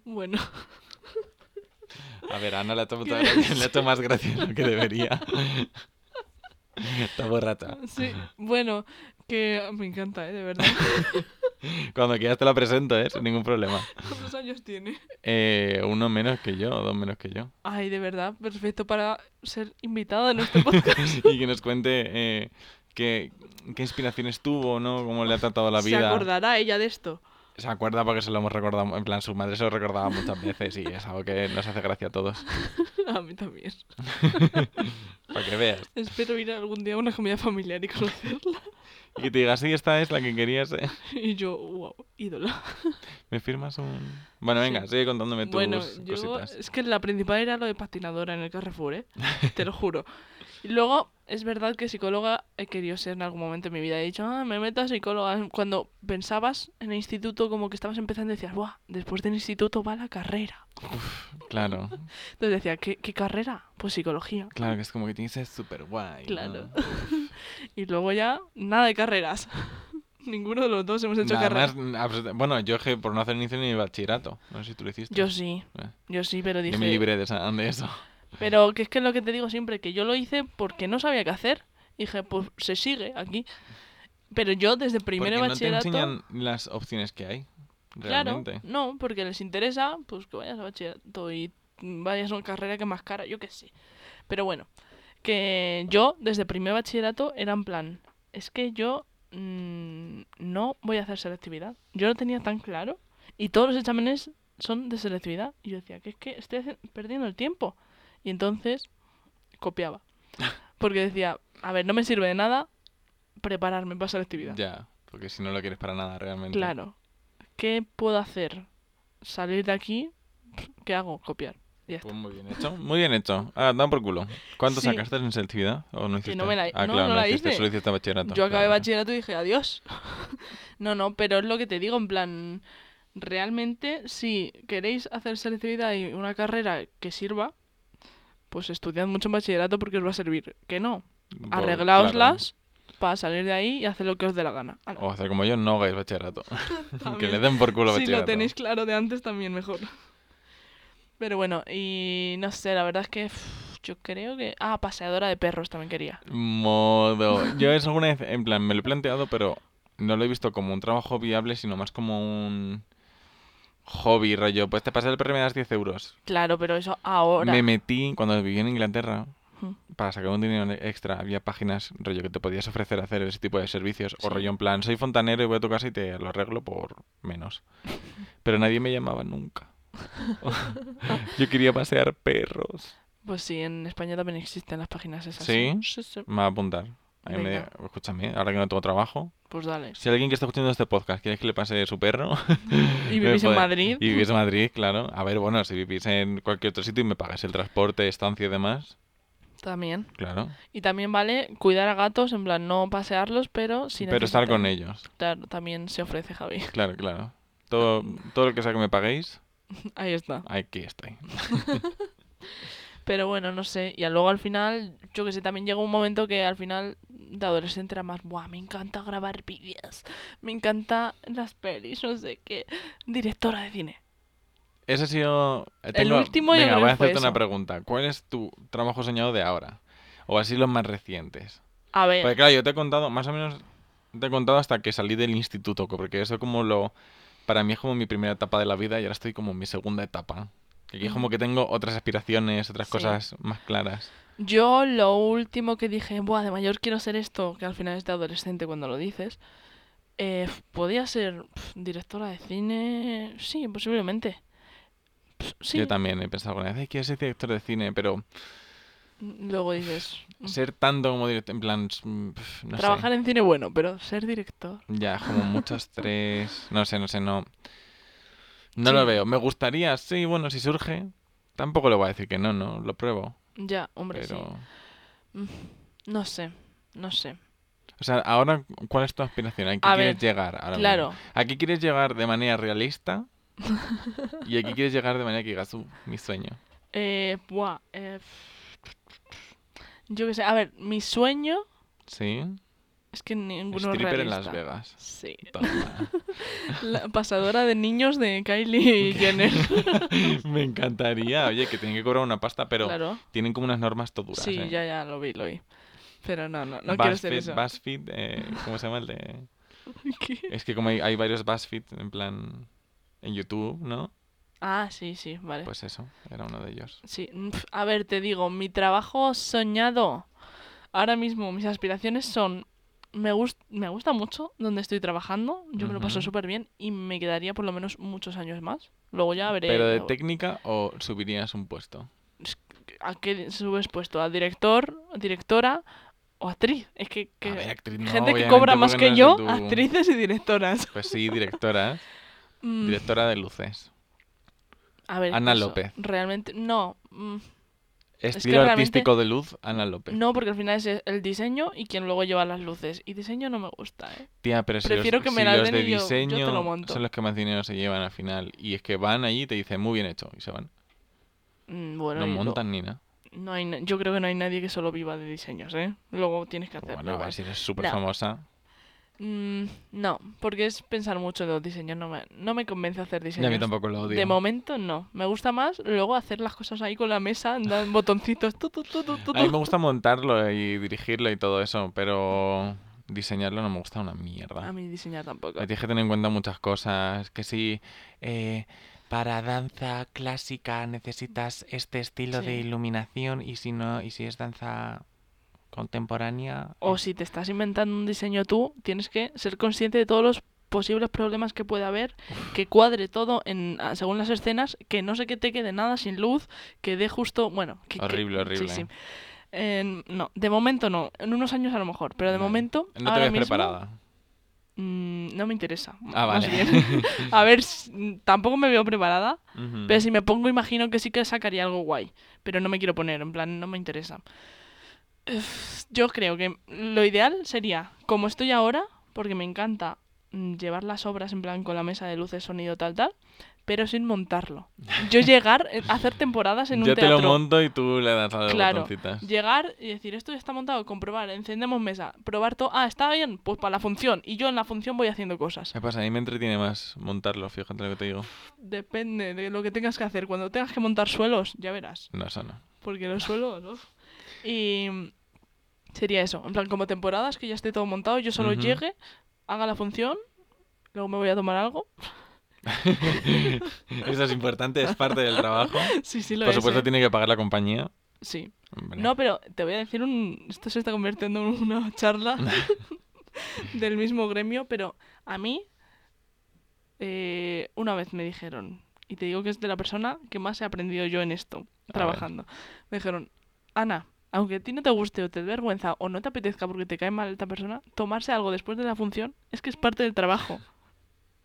Speaker 1: Bueno,
Speaker 2: A ver, a Ana le ha, tomado- le ha hecho más gracia de lo que debería. Está borracha.
Speaker 1: sí. Bueno, que me encanta, ¿eh? De verdad.
Speaker 2: Cuando quieras te la presento, ¿eh? Sin ningún problema.
Speaker 1: ¿Cuántos años tiene?
Speaker 2: Eh, uno menos que yo, dos menos que yo.
Speaker 1: Ay, de verdad, perfecto para ser invitada en este podcast.
Speaker 2: Y que nos cuente eh, qué, qué inspiraciones tuvo, ¿no? Cómo le ha tratado la
Speaker 1: ¿Se
Speaker 2: vida.
Speaker 1: acordará ella de esto?
Speaker 2: Se acuerda porque se lo hemos recordado. En plan, su madre se lo recordaba muchas veces y es algo que nos hace gracia a todos.
Speaker 1: A mí también.
Speaker 2: Para que veas.
Speaker 1: Espero ir algún día a una comida familiar y conocerla.
Speaker 2: Y que te diga, sí, esta es la que querías. eh.
Speaker 1: Y yo, wow, ídola.
Speaker 2: ¿Me firmas un...? Bueno, venga,
Speaker 1: Sí.
Speaker 2: sigue contándome tus
Speaker 1: Bueno, yo.
Speaker 2: cositas.
Speaker 1: Es que la principal era lo de patinadora en el Carrefour, ¿eh? Te lo juro. Y luego, es verdad que psicóloga he querido ser en algún momento de mi vida. He dicho, ah, me meto a psicóloga. Cuando pensabas en el instituto, como que estabas empezando, decías, guau, después del instituto va la carrera.
Speaker 2: Claro,
Speaker 1: Entonces decía, ¿qué, qué carrera? Pues psicología.
Speaker 2: claro, que es como que tienes que ser súper guay.
Speaker 1: Claro. Y luego ya, nada de carreras. Ninguno de los dos hemos hecho carreras.
Speaker 2: bueno, yo que por no hacer inicio ni bachillerato. No sé si tú lo hiciste.
Speaker 1: Yo sí,
Speaker 2: Eh,
Speaker 1: yo sí, pero
Speaker 2: Yo me
Speaker 1: dije...
Speaker 2: libré de, esa- de eso.
Speaker 1: Pero que es que es lo que te digo siempre, que yo lo hice porque no sabía qué hacer. Y dije, pues se sigue aquí. Pero yo desde primero de
Speaker 2: Porque no te
Speaker 1: bachillerato...
Speaker 2: enseñan las opciones que hay.
Speaker 1: claro,
Speaker 2: Realmente.
Speaker 1: no, porque les interesa pues que vayas a bachillerato y vayas a una carrera que es más cara, yo qué sé. Pero bueno, que yo desde primer bachillerato era en plan, es que yo mm, no voy a hacer selectividad. Yo lo tenía tan claro y todos los exámenes son de selectividad. Y yo decía, que es que estoy haci- perdiendo el tiempo. Y entonces copiaba. Porque decía, a ver, no me sirve de nada prepararme para selectividad.
Speaker 2: Ya, porque si no lo quieres para nada realmente.
Speaker 1: Claro. ¿Qué puedo hacer? ¿Salir de aquí? ¿Qué hago? Copiar. Ya está.
Speaker 2: Pues muy bien hecho. Muy bien hecho. Ah, dan por culo. ¿Cuánto
Speaker 1: Sí.
Speaker 2: sacaste en selectividad? ¿O no hiciste?
Speaker 1: no me la-
Speaker 2: Ah,
Speaker 1: no,
Speaker 2: claro,
Speaker 1: no la
Speaker 2: hiciste,
Speaker 1: hice.
Speaker 2: solo hiciste bachillerato.
Speaker 1: Yo acabé
Speaker 2: claro.
Speaker 1: bachillerato y dije adiós. no, no, pero es lo que te digo, en plan, realmente si queréis hacer selectividad y una carrera que sirva, pues estudiad mucho en bachillerato porque os va a servir. Que no,
Speaker 2: Por-
Speaker 1: arreglaoslas para salir de ahí y hacer lo que os dé la gana. Ala.
Speaker 2: claro. O hacer como yo, no hagáis bachillerato. que
Speaker 1: También.
Speaker 2: le den por culo
Speaker 1: si
Speaker 2: bachillerato.
Speaker 1: lo tenéis claro de antes también mejor. Pero bueno, y no sé, la verdad es que uf, yo creo que... Ah, paseadora de perros también quería.
Speaker 2: Modo. Yo es alguna vez, en plan, me lo he planteado, pero no lo he visto como un trabajo viable, sino más como un hobby, rollo. Pues te pasas el perro y me das 10 euros.
Speaker 1: Claro, pero eso ahora.
Speaker 2: Me metí cuando viví en Inglaterra.
Speaker 1: Ujú.
Speaker 2: Para sacar un dinero extra había páginas, rollo, que te podías ofrecer a hacer ese tipo de servicios. O
Speaker 1: Sí.
Speaker 2: rollo en plan, soy fontanero y voy a tu casa y te lo arreglo por menos. Pero nadie me llamaba nunca. Yo quería pasear perros.
Speaker 1: Pues sí, en España también existen las páginas esas. ¿eh? Sí,
Speaker 2: ¿Sí?
Speaker 1: sí.
Speaker 2: Me va a apuntar. A mí me-
Speaker 1: Venga.
Speaker 2: escúchame, ahora que no tengo trabajo,
Speaker 1: Pues dale.
Speaker 2: si alguien que está escuchando este podcast quiere que le pase su perro
Speaker 1: Y
Speaker 2: me
Speaker 1: vivís en
Speaker 2: puede-
Speaker 1: Madrid.
Speaker 2: y vivís en Madrid, claro. A ver, bueno, si vivís en cualquier otro sitio y me pagas el transporte, estancia y demás,
Speaker 1: También.
Speaker 2: claro.
Speaker 1: Y también vale cuidar a gatos, en plan, no pasearlos, pero sin
Speaker 2: Pero estar con ellos,
Speaker 1: también se ofrece, Javi.
Speaker 2: claro, claro. Todo, todo lo que sea que me paguéis,
Speaker 1: Ahí está.
Speaker 2: aquí estoy.
Speaker 1: Pero bueno, no sé. Y luego al final, yo que sé, también llegó un momento que al final de adolescente era más, ¡buah! Me encanta grabar vídeos. Me encanta las pelis, no sé qué. Directora de cine.
Speaker 2: Ese ha sido... eh, tengo-
Speaker 1: último yo
Speaker 2: Venga,
Speaker 1: creo
Speaker 2: voy a
Speaker 1: que fue
Speaker 2: hacerte una
Speaker 1: eso.
Speaker 2: pregunta. ¿Cuál es tu trabajo soñado de ahora? O así los más recientes.
Speaker 1: A ver.
Speaker 2: Porque claro, yo te he contado, más o menos, te he contado hasta que salí del instituto, co- porque eso como lo... Para mí es como mi primera etapa de la vida y ahora estoy como en mi segunda etapa. Que aquí es como que tengo otras aspiraciones, otras
Speaker 1: Mm. Sí.
Speaker 2: cosas más claras.
Speaker 1: Yo lo último que dije, Buah, de mayor quiero ser esto, que al final es de adolescente cuando lo dices, eh, f- podía ser pf, directora de cine, sí, posiblemente. Pf, sí.
Speaker 2: Yo también he pensado alguna vez, "Ay, quiero ser director de cine, pero
Speaker 1: Luego dices, mm,
Speaker 2: ser tanto como director, en plan, mm, pf, no sé.
Speaker 1: trabajar en cine bueno, pero ser director.
Speaker 2: Ya, como mucho estrés. No sé, no sé, no. No
Speaker 1: Sí.
Speaker 2: lo veo. Me gustaría, sí, bueno, si surge. Tampoco le voy a decir que no, no, lo pruebo.
Speaker 1: Ya, hombre,
Speaker 2: pero.
Speaker 1: sí. Mm, No sé, no sé.
Speaker 2: O sea, ahora, ¿cuál es tu aspiración? ¿A qué
Speaker 1: A
Speaker 2: quieres
Speaker 1: ver,
Speaker 2: llegar? Ahora mismo?
Speaker 1: claro,
Speaker 2: ¿A qué quieres llegar de manera realista? Y aquí quieres llegar de manera que digas, "Uh, mi sueño.
Speaker 1: Eh, buah, eh, yo qué sé. A ver, mi sueño
Speaker 2: Sí.
Speaker 1: es que ninguno es
Speaker 2: Stripper en
Speaker 1: realista.
Speaker 2: Las Vegas.
Speaker 1: Sí.
Speaker 2: Toma.
Speaker 1: La pasadora de niños de Kylie Jenner.
Speaker 2: Me encantaría. Oye, que tienen que cobrar una pasta, pero
Speaker 1: claro.
Speaker 2: tienen como unas normas todo duras.
Speaker 1: Sí,
Speaker 2: ¿eh?
Speaker 1: ya, ya, lo vi, lo vi. Pero no, no, no quiero ser
Speaker 2: BuzzFeed-
Speaker 1: eso.
Speaker 2: BuzzFeed, eh, ¿cómo se llama el de...?
Speaker 1: ¿Qué?
Speaker 2: Es que como hay, hay varios BuzzFeed, en plan, en YouTube, ¿no?
Speaker 1: Ah, sí, sí, vale.
Speaker 2: Pues eso, era uno de ellos.
Speaker 1: Sí, mm, pf, a ver, te digo, mi trabajo soñado. Ahora mismo mis aspiraciones son, me, gust- me gusta mucho donde estoy trabajando, yo me lo paso
Speaker 2: Ujú.
Speaker 1: súper bien y me quedaría por lo menos muchos años más. Luego ya veré
Speaker 2: ¿Pero de
Speaker 1: a-
Speaker 2: técnica o subirías un puesto?
Speaker 1: a qué subes puesto, a director, directora o actriz. Es que, que
Speaker 2: A ver, actriz no,
Speaker 1: gente que
Speaker 2: obviamente,
Speaker 1: cobra más
Speaker 2: porque
Speaker 1: que
Speaker 2: no
Speaker 1: yo,
Speaker 2: eres de tu-
Speaker 1: actrices y directoras.
Speaker 2: Pues sí, directora.
Speaker 1: Mm,
Speaker 2: directora de luces.
Speaker 1: a ver,
Speaker 2: Ana
Speaker 1: eso,
Speaker 2: López.
Speaker 1: Realmente, no. mm, que
Speaker 2: Estilo
Speaker 1: realmente-
Speaker 2: artístico de luz, Ana López.
Speaker 1: No, porque al final es el diseño y quien luego lleva las luces. Y diseño no me gusta, ¿eh?
Speaker 2: Tía, pero si
Speaker 1: Prefiero
Speaker 2: los,
Speaker 1: que me
Speaker 2: si
Speaker 1: la
Speaker 2: los
Speaker 1: den
Speaker 2: de
Speaker 1: y yo- yo te lo
Speaker 2: diseño
Speaker 1: monto.
Speaker 2: son los que más dinero se llevan al final. Y es que van allí y te dicen, muy bien hecho, y se van.
Speaker 1: Mm, Bueno,
Speaker 2: no
Speaker 1: y lo-
Speaker 2: montan ni nada.
Speaker 1: no hay, na- yo creo que no hay nadie que solo viva de diseños, ¿eh? Luego tienes que hacer.
Speaker 2: Bueno,
Speaker 1: no,
Speaker 2: va, si eres súper
Speaker 1: No.
Speaker 2: famosa.
Speaker 1: Mm, no, porque es pensar mucho en los diseños. No me, no me convence hacer
Speaker 2: Y a
Speaker 1: diseños.
Speaker 2: mí tampoco lo odio.
Speaker 1: De momento no. Me gusta más luego hacer las cosas ahí con la mesa, dar botoncitos. tu, tu, tu, tu, tu,
Speaker 2: A mí
Speaker 1: tu.
Speaker 2: me gusta montarlo y dirigirlo y todo eso, pero diseñarlo no me gusta una mierda.
Speaker 1: A mí diseñar tampoco.
Speaker 2: Tienes que tener en cuenta muchas cosas. Que si eh, para danza clásica necesitas este estilo de
Speaker 1: Sí.
Speaker 2: iluminación y si no, y si es danza contemporánea.
Speaker 1: O
Speaker 2: eh,
Speaker 1: si te estás inventando un diseño tú, tienes que ser consciente de todos los posibles problemas que puede haber, que cuadre todo en, a- según las escenas, que no sé que te quede nada sin luz, que dé justo, bueno, que, que-
Speaker 2: Horrible, horrible.
Speaker 1: sí, sí. Eh, no, de momento no, en unos años a lo mejor, pero de
Speaker 2: Vale.
Speaker 1: momento
Speaker 2: No te
Speaker 1: ahora
Speaker 2: ves
Speaker 1: mismo,
Speaker 2: preparada.
Speaker 1: mm, no me interesa.
Speaker 2: Ah,
Speaker 1: más
Speaker 2: vale.
Speaker 1: bien. a ver, s- mm, tampoco me veo preparada,
Speaker 2: Ujú.
Speaker 1: pero si me pongo imagino que sí que sacaría algo guay, pero no me quiero poner, en plan no me interesa. Uf, Yo creo que lo ideal sería, como estoy ahora, porque me encanta mm, llevar las obras en plan con la mesa de luces, sonido, tal, tal, pero sin montarlo. Yo llegar, eh, hacer temporadas en un
Speaker 2: Yo te
Speaker 1: teatro.
Speaker 2: lo monto y tú le das a las
Speaker 1: Claro.
Speaker 2: botoncitas.
Speaker 1: Llegar y decir, esto ya está montado, comprobar, encendemos mesa, probar todo. Ah, está bien, pues para la función. Y yo en la función voy haciendo cosas.
Speaker 2: ¿Qué pasa? pues A mí me entretiene más montarlo, fíjate lo que te digo.
Speaker 1: Depende de lo que tengas que hacer. Cuando tengas que montar suelos, ya verás.
Speaker 2: No, eso no.
Speaker 1: Porque los suelos, uf. Y mm, sería eso. En plan, como temporadas que ya esté todo montado, yo solo
Speaker 2: Ujú.
Speaker 1: llegue, haga la función, luego me voy a tomar algo.
Speaker 2: Eso es importante, es parte del trabajo.
Speaker 1: sí, sí, lo
Speaker 2: Por
Speaker 1: es,
Speaker 2: supuesto,
Speaker 1: ¿eh?
Speaker 2: tiene que pagar la compañía.
Speaker 1: Sí.
Speaker 2: Hombre.
Speaker 1: No, pero te voy a decir un... Esto se está convirtiendo en una charla del mismo gremio, pero a mí eh, una vez me dijeron, y te digo que es de la persona que más he aprendido yo en esto,
Speaker 2: ver.
Speaker 1: trabajando. Me dijeron, Ana, aunque a ti no te guste o te dé vergüenza o no te apetezca porque te cae mal esta persona, tomarse algo después de la función es que es parte del trabajo.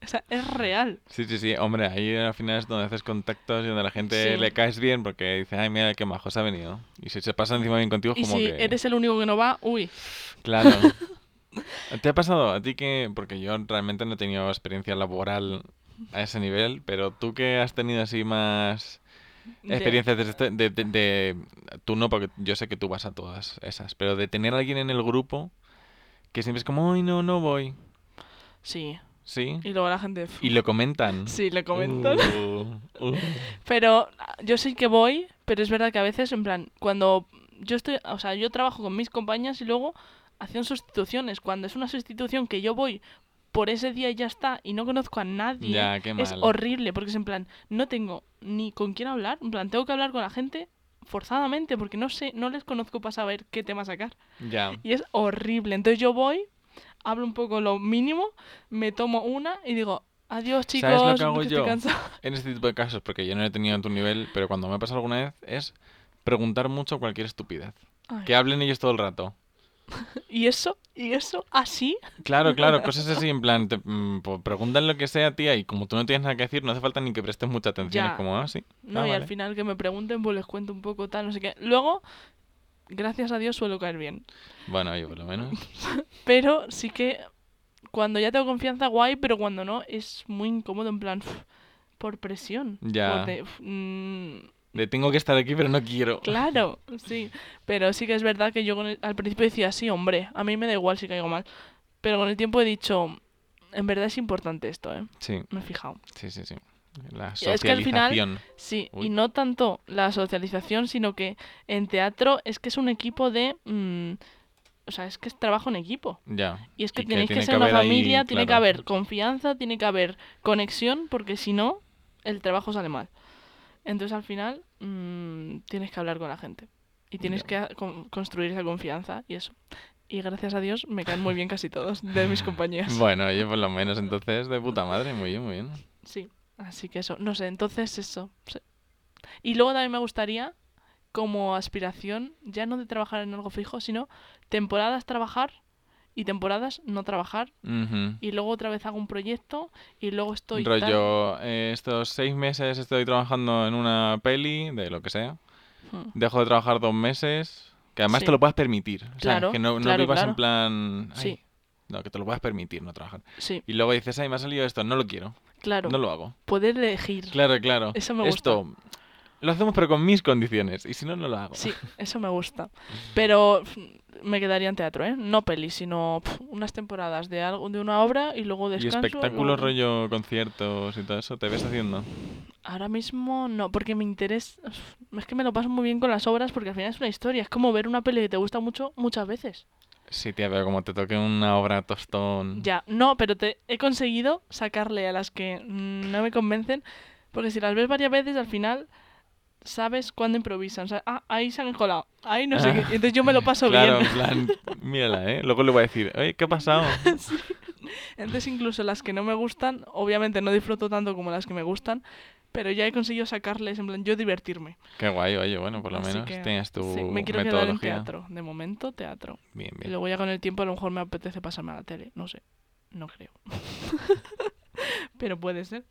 Speaker 1: O sea, es real.
Speaker 2: Sí, sí, sí. Hombre, ahí al final es donde haces contactos y donde a la gente
Speaker 1: Sí.
Speaker 2: le caes bien porque dice, ay, mira qué majo se ha venido. Y si se pasa encima bien contigo,
Speaker 1: Y
Speaker 2: como
Speaker 1: si
Speaker 2: que.
Speaker 1: eres el único que no va, uy,
Speaker 2: Claro. ¿Te ha pasado a ti que.? Porque yo realmente no he tenido experiencia laboral a ese nivel, pero tú que has tenido así más
Speaker 1: de-
Speaker 2: experiencias de, este- de- de- de- Tú no, porque yo sé que tú vas a todas esas, pero de tener a alguien en el grupo que siempre es como, ay, no, no voy.
Speaker 1: sí.
Speaker 2: ¿Sí?
Speaker 1: Y luego la gente... "Fu".
Speaker 2: Y lo comentan.
Speaker 1: Sí, le comentan.
Speaker 2: Uh, uh.
Speaker 1: Pero ah, yo sí que voy, pero es verdad que a veces, en plan, cuando yo estoy, o sea, yo trabajo con mis compañías y luego hacen sustituciones. Cuando es una sustitución que yo voy por ese día y ya está, y no conozco a nadie,
Speaker 2: Ya, qué
Speaker 1: es
Speaker 2: mal.
Speaker 1: horrible, porque es en plan, no tengo ni con quién hablar, en plan, tengo que hablar con la gente forzadamente, porque no sé, no les conozco para saber qué tema sacar.
Speaker 2: Ya.
Speaker 1: Y es horrible. Entonces yo voy, hablo un poco lo mínimo, me tomo una y digo, adiós
Speaker 2: ¿Sabes lo
Speaker 1: chicos,
Speaker 2: que hago
Speaker 1: estoy
Speaker 2: yo?
Speaker 1: cansado".
Speaker 2: En este tipo de casos, porque yo no he tenido tu nivel, pero cuando me ha pasado alguna vez, es preguntar mucho cualquier estupidez.
Speaker 1: Ay.
Speaker 2: Que hablen ellos todo el rato.
Speaker 1: ¿Y eso? ¿Y eso? ¿Así?
Speaker 2: Claro, claro, cosas así, en plan, te, mm, po- preguntan lo que sea, tía, y como tú no tienes nada que decir, no hace falta ni que prestes mucha atención.
Speaker 1: Ya.
Speaker 2: Es como, ah, sí.
Speaker 1: No,
Speaker 2: Ah,
Speaker 1: y
Speaker 2: vale.
Speaker 1: al final que me pregunten, pues les cuento un poco tal, no sé qué. Luego, gracias a Dios suelo caer bien.
Speaker 2: Bueno, yo por lo menos.
Speaker 1: Pero sí que cuando ya tengo confianza, guay, pero cuando no, es muy incómodo, en plan, "Uf, por presión.
Speaker 2: Ya.
Speaker 1: por de, "Uf, mm,
Speaker 2: De tengo que estar aquí, pero no quiero.
Speaker 1: Claro, sí. Pero sí que es verdad que yo con el- al principio decía, sí, hombre, a mí me da igual si caigo mal. Pero con el tiempo he dicho, en verdad es importante esto, ¿eh?
Speaker 2: Sí,
Speaker 1: Me he fijado.
Speaker 2: sí, sí, sí. La
Speaker 1: Y es que al final-
Speaker 2: socialización.
Speaker 1: Sí,
Speaker 2: Uy.
Speaker 1: y no tanto la socialización, sino que en teatro es que es un equipo de... mm, o sea, es que es trabajo en equipo.
Speaker 2: Ya.
Speaker 1: Y es que
Speaker 2: Y que
Speaker 1: tenéis que,
Speaker 2: tiene que
Speaker 1: ser una
Speaker 2: haber ahí,
Speaker 1: familia, tiene que
Speaker 2: claro.
Speaker 1: haber confianza, tiene que haber conexión, porque si no, el trabajo sale mal. Entonces al final mm, tienes que hablar con la gente y tienes
Speaker 2: Ya.
Speaker 1: que a- con- construir esa confianza y eso. Y gracias a Dios me caen muy bien casi todos de mis compañías.
Speaker 2: Bueno, oye, por lo menos entonces, de puta madre. Muy bien, muy bien.
Speaker 1: Sí, así que eso, no sé, entonces eso. sí. Y luego también me gustaría, como aspiración, ya no de trabajar en algo fijo, sino temporadas trabajar y temporadas no trabajar
Speaker 2: Ujú.
Speaker 1: y luego otra vez hago un proyecto y luego estoy tal.
Speaker 2: Rollo, eh, estos seis meses estoy trabajando en una peli, de lo que sea.
Speaker 1: Mm.
Speaker 2: Dejo de trabajar dos meses. Que además
Speaker 1: Sí.
Speaker 2: te lo puedas permitir. O sea,
Speaker 1: Claro,
Speaker 2: que no, no
Speaker 1: claro,
Speaker 2: vivas en
Speaker 1: claro.
Speaker 2: plan. ay,
Speaker 1: Sí.
Speaker 2: No, que te lo puedas permitir no trabajar.
Speaker 1: Sí,
Speaker 2: Y luego dices, ay, me ha salido esto, no lo quiero,
Speaker 1: claro.
Speaker 2: no lo hago.
Speaker 1: Poder elegir.
Speaker 2: Claro, claro.
Speaker 1: Eso me gusta.
Speaker 2: Esto lo hacemos pero con mis condiciones y si no, no lo hago.
Speaker 1: Sí, eso me gusta. Pero pf, me quedaría en teatro, ¿eh? No pelis, sino pf, unas temporadas de algo de una obra y luego
Speaker 2: Y
Speaker 1: descanso.
Speaker 2: espectáculos,
Speaker 1: luego-
Speaker 2: rollo, conciertos y todo eso, ¿te ves haciendo?
Speaker 1: Ahora mismo no, porque me interesa... Es que me lo paso muy bien con las obras porque al final es una historia. Es como ver una peli que te gusta mucho muchas veces.
Speaker 2: Sí, tía, pero como te toque una obra tostón.
Speaker 1: Ya, no, pero te he conseguido sacarle a las que mm, no me convencen, porque si las ves varias veces, al final sabes cuándo improvisan. O sea, ah, ahí se han colado, ahí no sé qué. Y Entonces yo me lo paso
Speaker 2: Claro,
Speaker 1: bien.
Speaker 2: en plan, mírala, ¿eh? Luego le voy a decir, oye, ¿qué ha pasado?
Speaker 1: Entonces incluso las que no me gustan, obviamente no disfruto tanto como las que me gustan, pero ya he conseguido sacarles, en plan, yo divertirme.
Speaker 2: Qué guay, oye, bueno, por lo
Speaker 1: Así
Speaker 2: menos
Speaker 1: que,
Speaker 2: tienes tu
Speaker 1: sí, me quiero quedar en
Speaker 2: metodología.
Speaker 1: teatro, de momento teatro.
Speaker 2: Bien,
Speaker 1: Y
Speaker 2: bien.
Speaker 1: luego ya con el tiempo a lo mejor me apetece pasarme a la tele, no sé, no creo. Pero puede ser.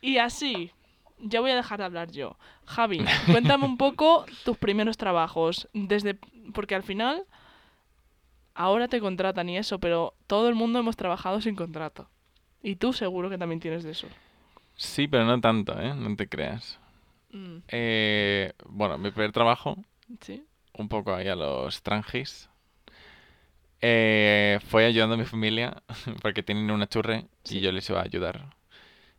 Speaker 1: Y así, ya voy a dejar de hablar yo. Javi, cuéntame un poco tus primeros trabajos, desde porque al final ahora te contratan y eso, pero todo el mundo hemos trabajado sin contrato. Y tú seguro que también tienes de eso.
Speaker 2: Sí, pero no tanto, ¿eh? No te creas.
Speaker 1: Mm,
Speaker 2: Eh, bueno, mi primer trabajo,
Speaker 1: ¿Sí?
Speaker 2: un poco ahí a los tranjis, eh, fue ayudando a mi familia porque tienen una churre y
Speaker 1: Sí.
Speaker 2: yo les iba a ayudar.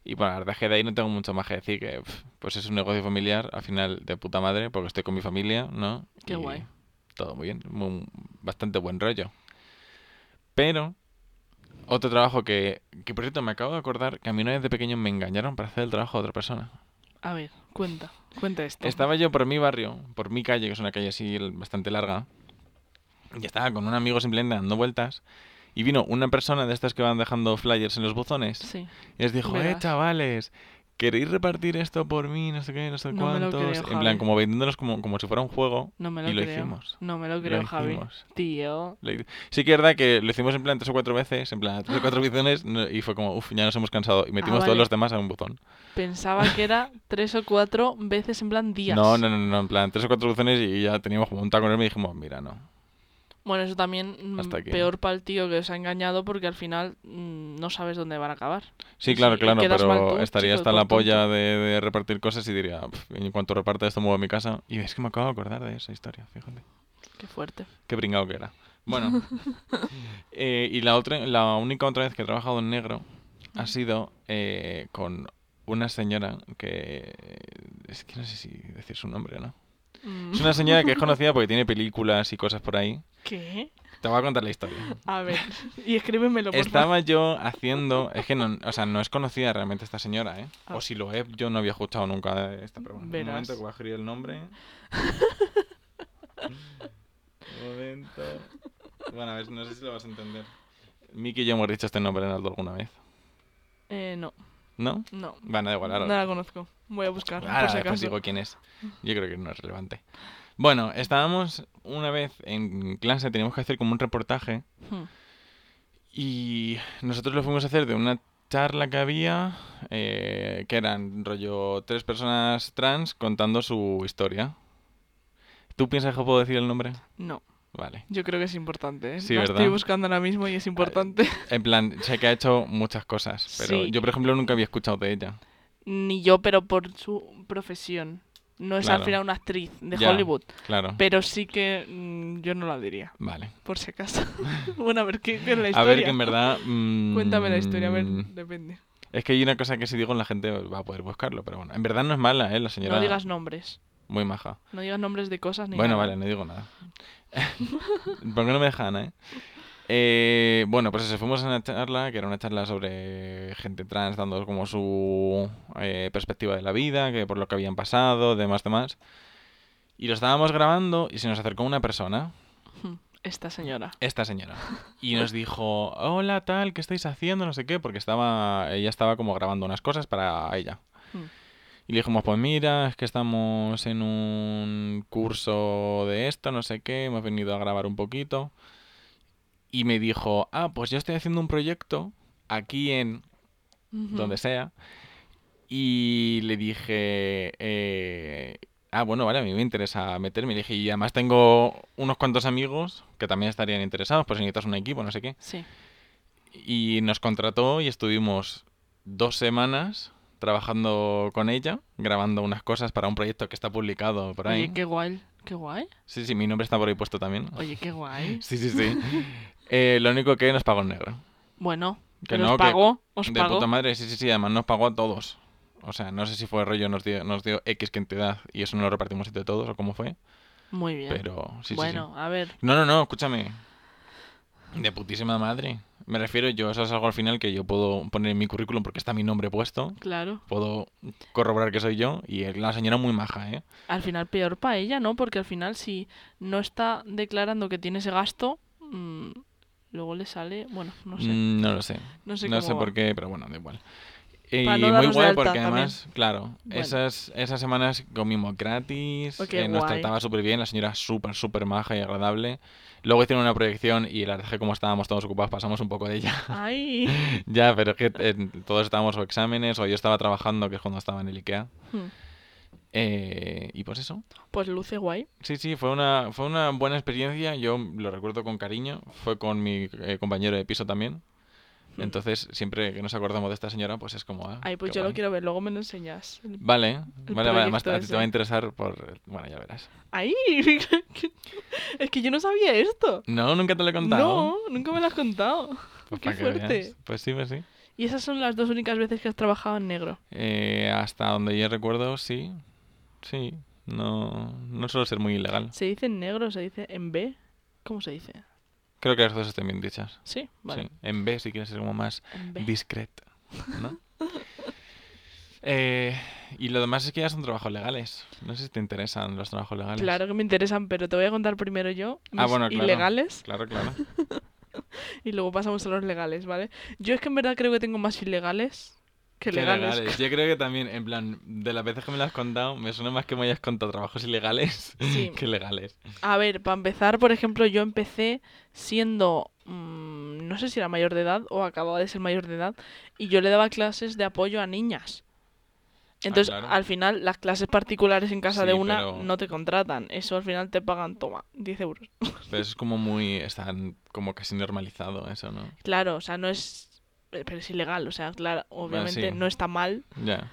Speaker 2: Y bueno, la verdad es que de ahí no tengo mucho más que decir, que pf, pues es un negocio familiar, al final de puta madre, porque estoy con mi familia, ¿no?
Speaker 1: Qué
Speaker 2: Y
Speaker 1: guay.
Speaker 2: Todo muy bien, muy- bastante buen rollo. Pero, otro trabajo que, que por cierto me acabo de acordar, que a mí una vez de pequeño me engañaron para hacer el trabajo de otra persona.
Speaker 1: A ver, cuenta, cuenta esto.
Speaker 2: Estaba yo por mi barrio, por mi calle, que es una calle así l- bastante larga, y estaba con un amigo simplemente dando vueltas, y vino una persona de estas que van dejando flyers en los buzones,
Speaker 1: Sí.
Speaker 2: y les dijo, eh,
Speaker 1: Verás.
Speaker 2: chavales, ¿queréis repartir esto por mí? No sé qué, no sé
Speaker 1: No me lo
Speaker 2: cuántos.
Speaker 1: creo,
Speaker 2: en plan,
Speaker 1: Javi.
Speaker 2: como vendiéndolos como, como si fuera un juego.
Speaker 1: No me lo
Speaker 2: y lo
Speaker 1: creo.
Speaker 2: hicimos.
Speaker 1: No me lo
Speaker 2: Lo
Speaker 1: creo, Javi.
Speaker 2: hicimos.
Speaker 1: Tío.
Speaker 2: Lo hi- Sí que es verdad que lo hicimos en plan tres o cuatro veces, en plan tres o cuatro bizones, no- y fue como, uff, ya nos hemos cansado, y metimos todos
Speaker 1: Ah, vale.
Speaker 2: los demás a un buzón.
Speaker 1: Pensaba que era tres o cuatro veces en plan días.
Speaker 2: No, no, no, no, en plan tres o cuatro buzones y ya teníamos como un taco enorme y dijimos, mira, no.
Speaker 1: Bueno, eso también mm,
Speaker 2: Hasta aquí.
Speaker 1: peor para el tío que os ha engañado porque al final mm, no sabes dónde van a acabar.
Speaker 2: Sí,
Speaker 1: Sí,
Speaker 2: claro,
Speaker 1: y
Speaker 2: claro,
Speaker 1: quedas mal
Speaker 2: pero
Speaker 1: tú,
Speaker 2: estaría
Speaker 1: chico,
Speaker 2: hasta la
Speaker 1: por tonto.
Speaker 2: polla de, de repartir cosas y diría, "Pf, en cuanto reparta esto, muevo a mi casa. Y es que me acabo de acordar de esa historia, fíjate.
Speaker 1: Qué fuerte.
Speaker 2: Qué pringado que era. Bueno, eh, y la, otra, la única otra vez que he trabajado en negro ha sido eh, con una señora que. Es que no sé si decir su nombre o no.
Speaker 1: Mm.
Speaker 2: Es una señora que es conocida porque tiene películas y cosas por ahí.
Speaker 1: ¿Qué?
Speaker 2: Te voy a contar la historia.
Speaker 1: A ver, y escríbemelo, por favor.
Speaker 2: Estaba yo haciendo. Es que no, o sea, no es conocida realmente esta señora, ¿eh?
Speaker 1: Ah.
Speaker 2: O si lo es, yo no había escuchado nunca de esta persona.
Speaker 1: Verás.
Speaker 2: Un momento que voy a escribir el nombre. Un momento. Bueno, a ver, no sé si lo vas a entender. Miki y yo hemos dicho este nombre en alto alguna vez.
Speaker 1: Eh, no,
Speaker 2: ¿No?
Speaker 1: no.
Speaker 2: Bueno, da igual, ahora.
Speaker 1: No la conozco. Voy a buscar,
Speaker 2: Ahora
Speaker 1: por si
Speaker 2: después
Speaker 1: acaso.
Speaker 2: pues digo quién es. Yo creo que no es relevante. Bueno, estábamos una vez en clase, teníamos que hacer como un reportaje
Speaker 1: Hmm.
Speaker 2: Y nosotros lo fuimos a hacer de una charla que había, eh, que eran rollo tres personas trans contando su historia. ¿Tú piensas que puedo decir el nombre?
Speaker 1: No,
Speaker 2: Vale.
Speaker 1: yo creo que es importante. ¿eh?
Speaker 2: Sí,
Speaker 1: la
Speaker 2: ¿verdad? Ah,
Speaker 1: estoy buscando ahora mismo y es importante.
Speaker 2: En plan, sé que ha hecho muchas cosas, pero
Speaker 1: Sí.
Speaker 2: yo, por ejemplo, nunca había escuchado de ella.
Speaker 1: ni yo, pero por su profesión. No es
Speaker 2: Claro.
Speaker 1: al final una actriz de
Speaker 2: Ya.
Speaker 1: Hollywood,
Speaker 2: Claro.
Speaker 1: pero sí que mm, yo no la diría,
Speaker 2: Vale.
Speaker 1: por si acaso. bueno, a ver, ¿qué, qué es la
Speaker 2: A
Speaker 1: historia?
Speaker 2: ver, que Mm, en verdad. mm,
Speaker 1: Cuéntame la historia, a ver, depende.
Speaker 2: Es que hay una cosa que si digo la gente va a poder buscarlo, pero bueno. En verdad no es mala, ¿eh? La señora.
Speaker 1: No digas nombres.
Speaker 2: Muy maja.
Speaker 1: No digas nombres de cosas ni
Speaker 2: Bueno,
Speaker 1: nada.
Speaker 2: vale, no digo nada. ¿Por qué no me dejan, eh? Eh, bueno, pues eso, fuimos a una charla, que era una charla sobre gente trans, dando como su eh, perspectiva de la vida, que por lo que habían pasado, demás, demás. Y lo estábamos grabando y se nos acercó una persona,
Speaker 1: Esta señora.
Speaker 2: esta señora, y nos dijo, hola tal, ¿qué estáis haciendo? No sé qué, porque estaba, ella estaba como grabando unas cosas para ella.
Speaker 1: Hmm.
Speaker 2: Y le dijimos, pues mira, es que estamos en un curso de esto, no sé qué, hemos venido a grabar un poquito. Y me dijo, ah, pues yo estoy haciendo un proyecto aquí en donde sea. Y le dije, eh, ah, bueno, vale, a mí me interesa meterme. Y le dije, y además tengo unos cuantos amigos que también estarían interesados, por si necesitas un equipo, no sé qué.
Speaker 1: Sí.
Speaker 2: Y nos contrató y estuvimos dos semanas trabajando con ella, grabando unas cosas para un proyecto que está publicado por ahí.
Speaker 1: Oye, qué guay. Qué guay.
Speaker 2: Sí, sí, mi nombre está por ahí puesto también.
Speaker 1: Oye, qué guay.
Speaker 2: Sí, sí, sí. Eh, lo único que nos pagó en negro.
Speaker 1: Bueno,
Speaker 2: Que
Speaker 1: que
Speaker 2: no,
Speaker 1: os
Speaker 2: que-
Speaker 1: pagó. Os
Speaker 2: de
Speaker 1: pagó.
Speaker 2: puta madre, sí, sí, sí, además nos pagó a todos. O sea, no sé si fue rollo, nos dio, nos dio X cantidad y eso no lo repartimos entre todos o cómo fue,
Speaker 1: Muy bien.
Speaker 2: pero sí, sí, sí.
Speaker 1: bueno, a ver.
Speaker 2: No, no, no, escúchame. De putísima madre. Me refiero yo, eso es algo al final que yo puedo poner en mi currículum porque está mi nombre puesto.
Speaker 1: Claro.
Speaker 2: Puedo corroborar que soy yo y la señora muy maja, ¿eh?
Speaker 1: Al final peor para ella, ¿no? Porque al final si no está declarando que tiene ese gasto, mm, luego le sale... Bueno, no sé.
Speaker 2: Mm, no lo sé.
Speaker 1: No sé
Speaker 2: No
Speaker 1: cómo
Speaker 2: sé
Speaker 1: va.
Speaker 2: por qué, pero bueno, da igual. Y
Speaker 1: Para no
Speaker 2: muy
Speaker 1: darnos de
Speaker 2: guay
Speaker 1: alta
Speaker 2: porque
Speaker 1: también.
Speaker 2: además, claro,
Speaker 1: Bueno.
Speaker 2: esas, esas semanas comimos gratis,
Speaker 1: Oh, qué
Speaker 2: eh, nos
Speaker 1: guay.
Speaker 2: trataba súper bien, la señora súper, súper maja y agradable. Luego hicieron una proyección y la verdad es que como estábamos todos ocupados pasamos un poco de ella.
Speaker 1: Ay.
Speaker 2: ya, pero es que eh, todos estábamos o exámenes o yo estaba trabajando, que es cuando estaba en el IKEA.
Speaker 1: Hmm.
Speaker 2: Eh, y pues eso.
Speaker 1: Pues luce guay.
Speaker 2: Sí, sí, fue una, fue una buena experiencia, yo lo recuerdo con cariño, fue con mi eh, compañero de piso también. Entonces, siempre que nos acordamos de esta señora, pues es como... ah,
Speaker 1: Mm. Ay, pues
Speaker 2: qué Mm.
Speaker 1: yo lo
Speaker 2: guay.
Speaker 1: quiero ver, luego me lo enseñas.
Speaker 2: Vale,
Speaker 1: el
Speaker 2: vale, vale, además
Speaker 1: proyecto
Speaker 2: a ti te
Speaker 1: ese.
Speaker 2: va a interesar por... Bueno, ya verás.
Speaker 1: ¡Ay! es que yo no sabía esto.
Speaker 2: No, nunca te lo he contado.
Speaker 1: No, nunca me lo has contado.
Speaker 2: Pues
Speaker 1: qué
Speaker 2: para que veas.
Speaker 1: fuerte.
Speaker 2: Pues sí, pues sí.
Speaker 1: Y esas son las dos únicas veces que has trabajado en negro.
Speaker 2: Eh, hasta donde yo recuerdo, sí. Sí, no, no suelo ser muy ilegal.
Speaker 1: ¿Se dice en negro o se dice en B? ¿Cómo se dice?
Speaker 2: Creo que las dos estén bien dichas.
Speaker 1: Sí, vale.
Speaker 2: Sí. En B, si quieres ser como más
Speaker 1: En B.
Speaker 2: discreto, ¿no? Eh, y lo demás es que ya son trabajos legales. No sé si te interesan los trabajos legales.
Speaker 1: Claro que me interesan, pero te voy a contar primero yo mis
Speaker 2: Ah, bueno, claro.
Speaker 1: ilegales
Speaker 2: Claro, claro.
Speaker 1: y luego pasamos a los legales, ¿vale? Yo es que en verdad creo que tengo más ilegales que
Speaker 2: Qué
Speaker 1: legales.
Speaker 2: legales. Yo creo que también, en plan, de las veces que me lo has contado, me suena más que me hayas contado trabajos ilegales
Speaker 1: Sí.
Speaker 2: que legales.
Speaker 1: A ver, para empezar, por ejemplo, yo empecé siendo, mm, no sé si era mayor de edad o acababa de ser mayor de edad, y yo le daba clases de apoyo a niñas. Entonces,
Speaker 2: Ah, claro.
Speaker 1: al final, las clases particulares en casa de
Speaker 2: Sí,
Speaker 1: una
Speaker 2: pero-
Speaker 1: no te contratan. Eso al final te pagan, toma, 10 euros.
Speaker 2: Pero eso es como muy. Está como casi normalizado, eso, ¿no?
Speaker 1: Claro, o sea, no es... eh, Pero es ilegal, o sea, claro, obviamente
Speaker 2: sí.
Speaker 1: no está mal,
Speaker 2: Ya.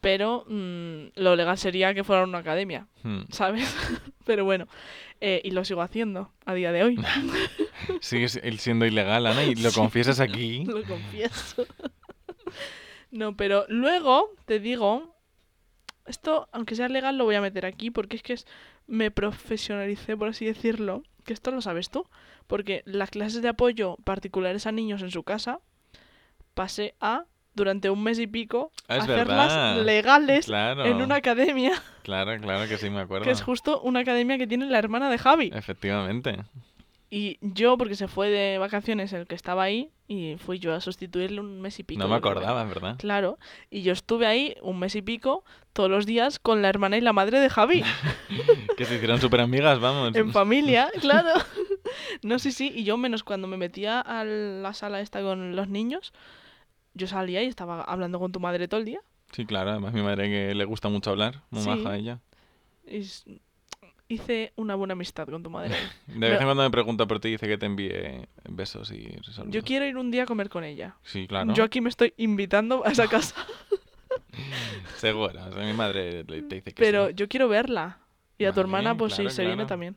Speaker 1: pero mm, lo legal sería que fuera una academia,
Speaker 2: Hmm.
Speaker 1: ¿sabes? pero bueno, eh, y lo sigo haciendo a día de hoy.
Speaker 2: Sigue si- siendo ilegal, Ana, y lo
Speaker 1: Sí.
Speaker 2: confiesas aquí.
Speaker 1: Lo confieso. no, pero luego te digo, esto, aunque sea legal, lo voy a meter aquí porque es que es, me profesionalicé, por así decirlo, que esto lo sabes tú, porque las clases de apoyo particulares a niños en su casa pasé a, durante un mes y pico,
Speaker 2: Ah, es
Speaker 1: hacerlas
Speaker 2: verdad.
Speaker 1: legales
Speaker 2: Claro.
Speaker 1: en una academia,
Speaker 2: Claro, claro que sí, me acuerdo.
Speaker 1: que es justo una academia que tiene la hermana de Javi.
Speaker 2: Eh. Efectivamente.
Speaker 1: Y yo, porque se fue de vacaciones el que estaba ahí, y fui yo a sustituirle un mes y pico.
Speaker 2: no me
Speaker 1: yo creo que era.
Speaker 2: acordaba, ¿verdad?
Speaker 1: Claro, y yo estuve ahí un mes y pico, todos los días, con la hermana y la madre de Javi,
Speaker 2: Que se hicieron súper amigas, vamos.
Speaker 1: en familia, claro. No, sí, sí, y yo menos cuando me metía a la sala esta con los niños, yo salía y estaba hablando con tu madre todo el día.
Speaker 2: Sí, claro, además mi madre que le gusta mucho hablar, muy
Speaker 1: Sí.
Speaker 2: maja ella.
Speaker 1: Y s- hice una buena amistad con tu madre.
Speaker 2: De vez
Speaker 1: No.
Speaker 2: en cuando me pregunta por ti y dice que te envíe besos y saludos.
Speaker 1: Yo quiero ir un día a comer con ella.
Speaker 2: Sí, claro.
Speaker 1: Yo aquí me estoy invitando a esa casa.
Speaker 2: Seguro. O sea, mi madre le- te dice que
Speaker 1: Pero
Speaker 2: sí.
Speaker 1: yo quiero verla. Y a tu
Speaker 2: Vale,
Speaker 1: hermana, pues
Speaker 2: claro,
Speaker 1: si se viene
Speaker 2: claro.
Speaker 1: también.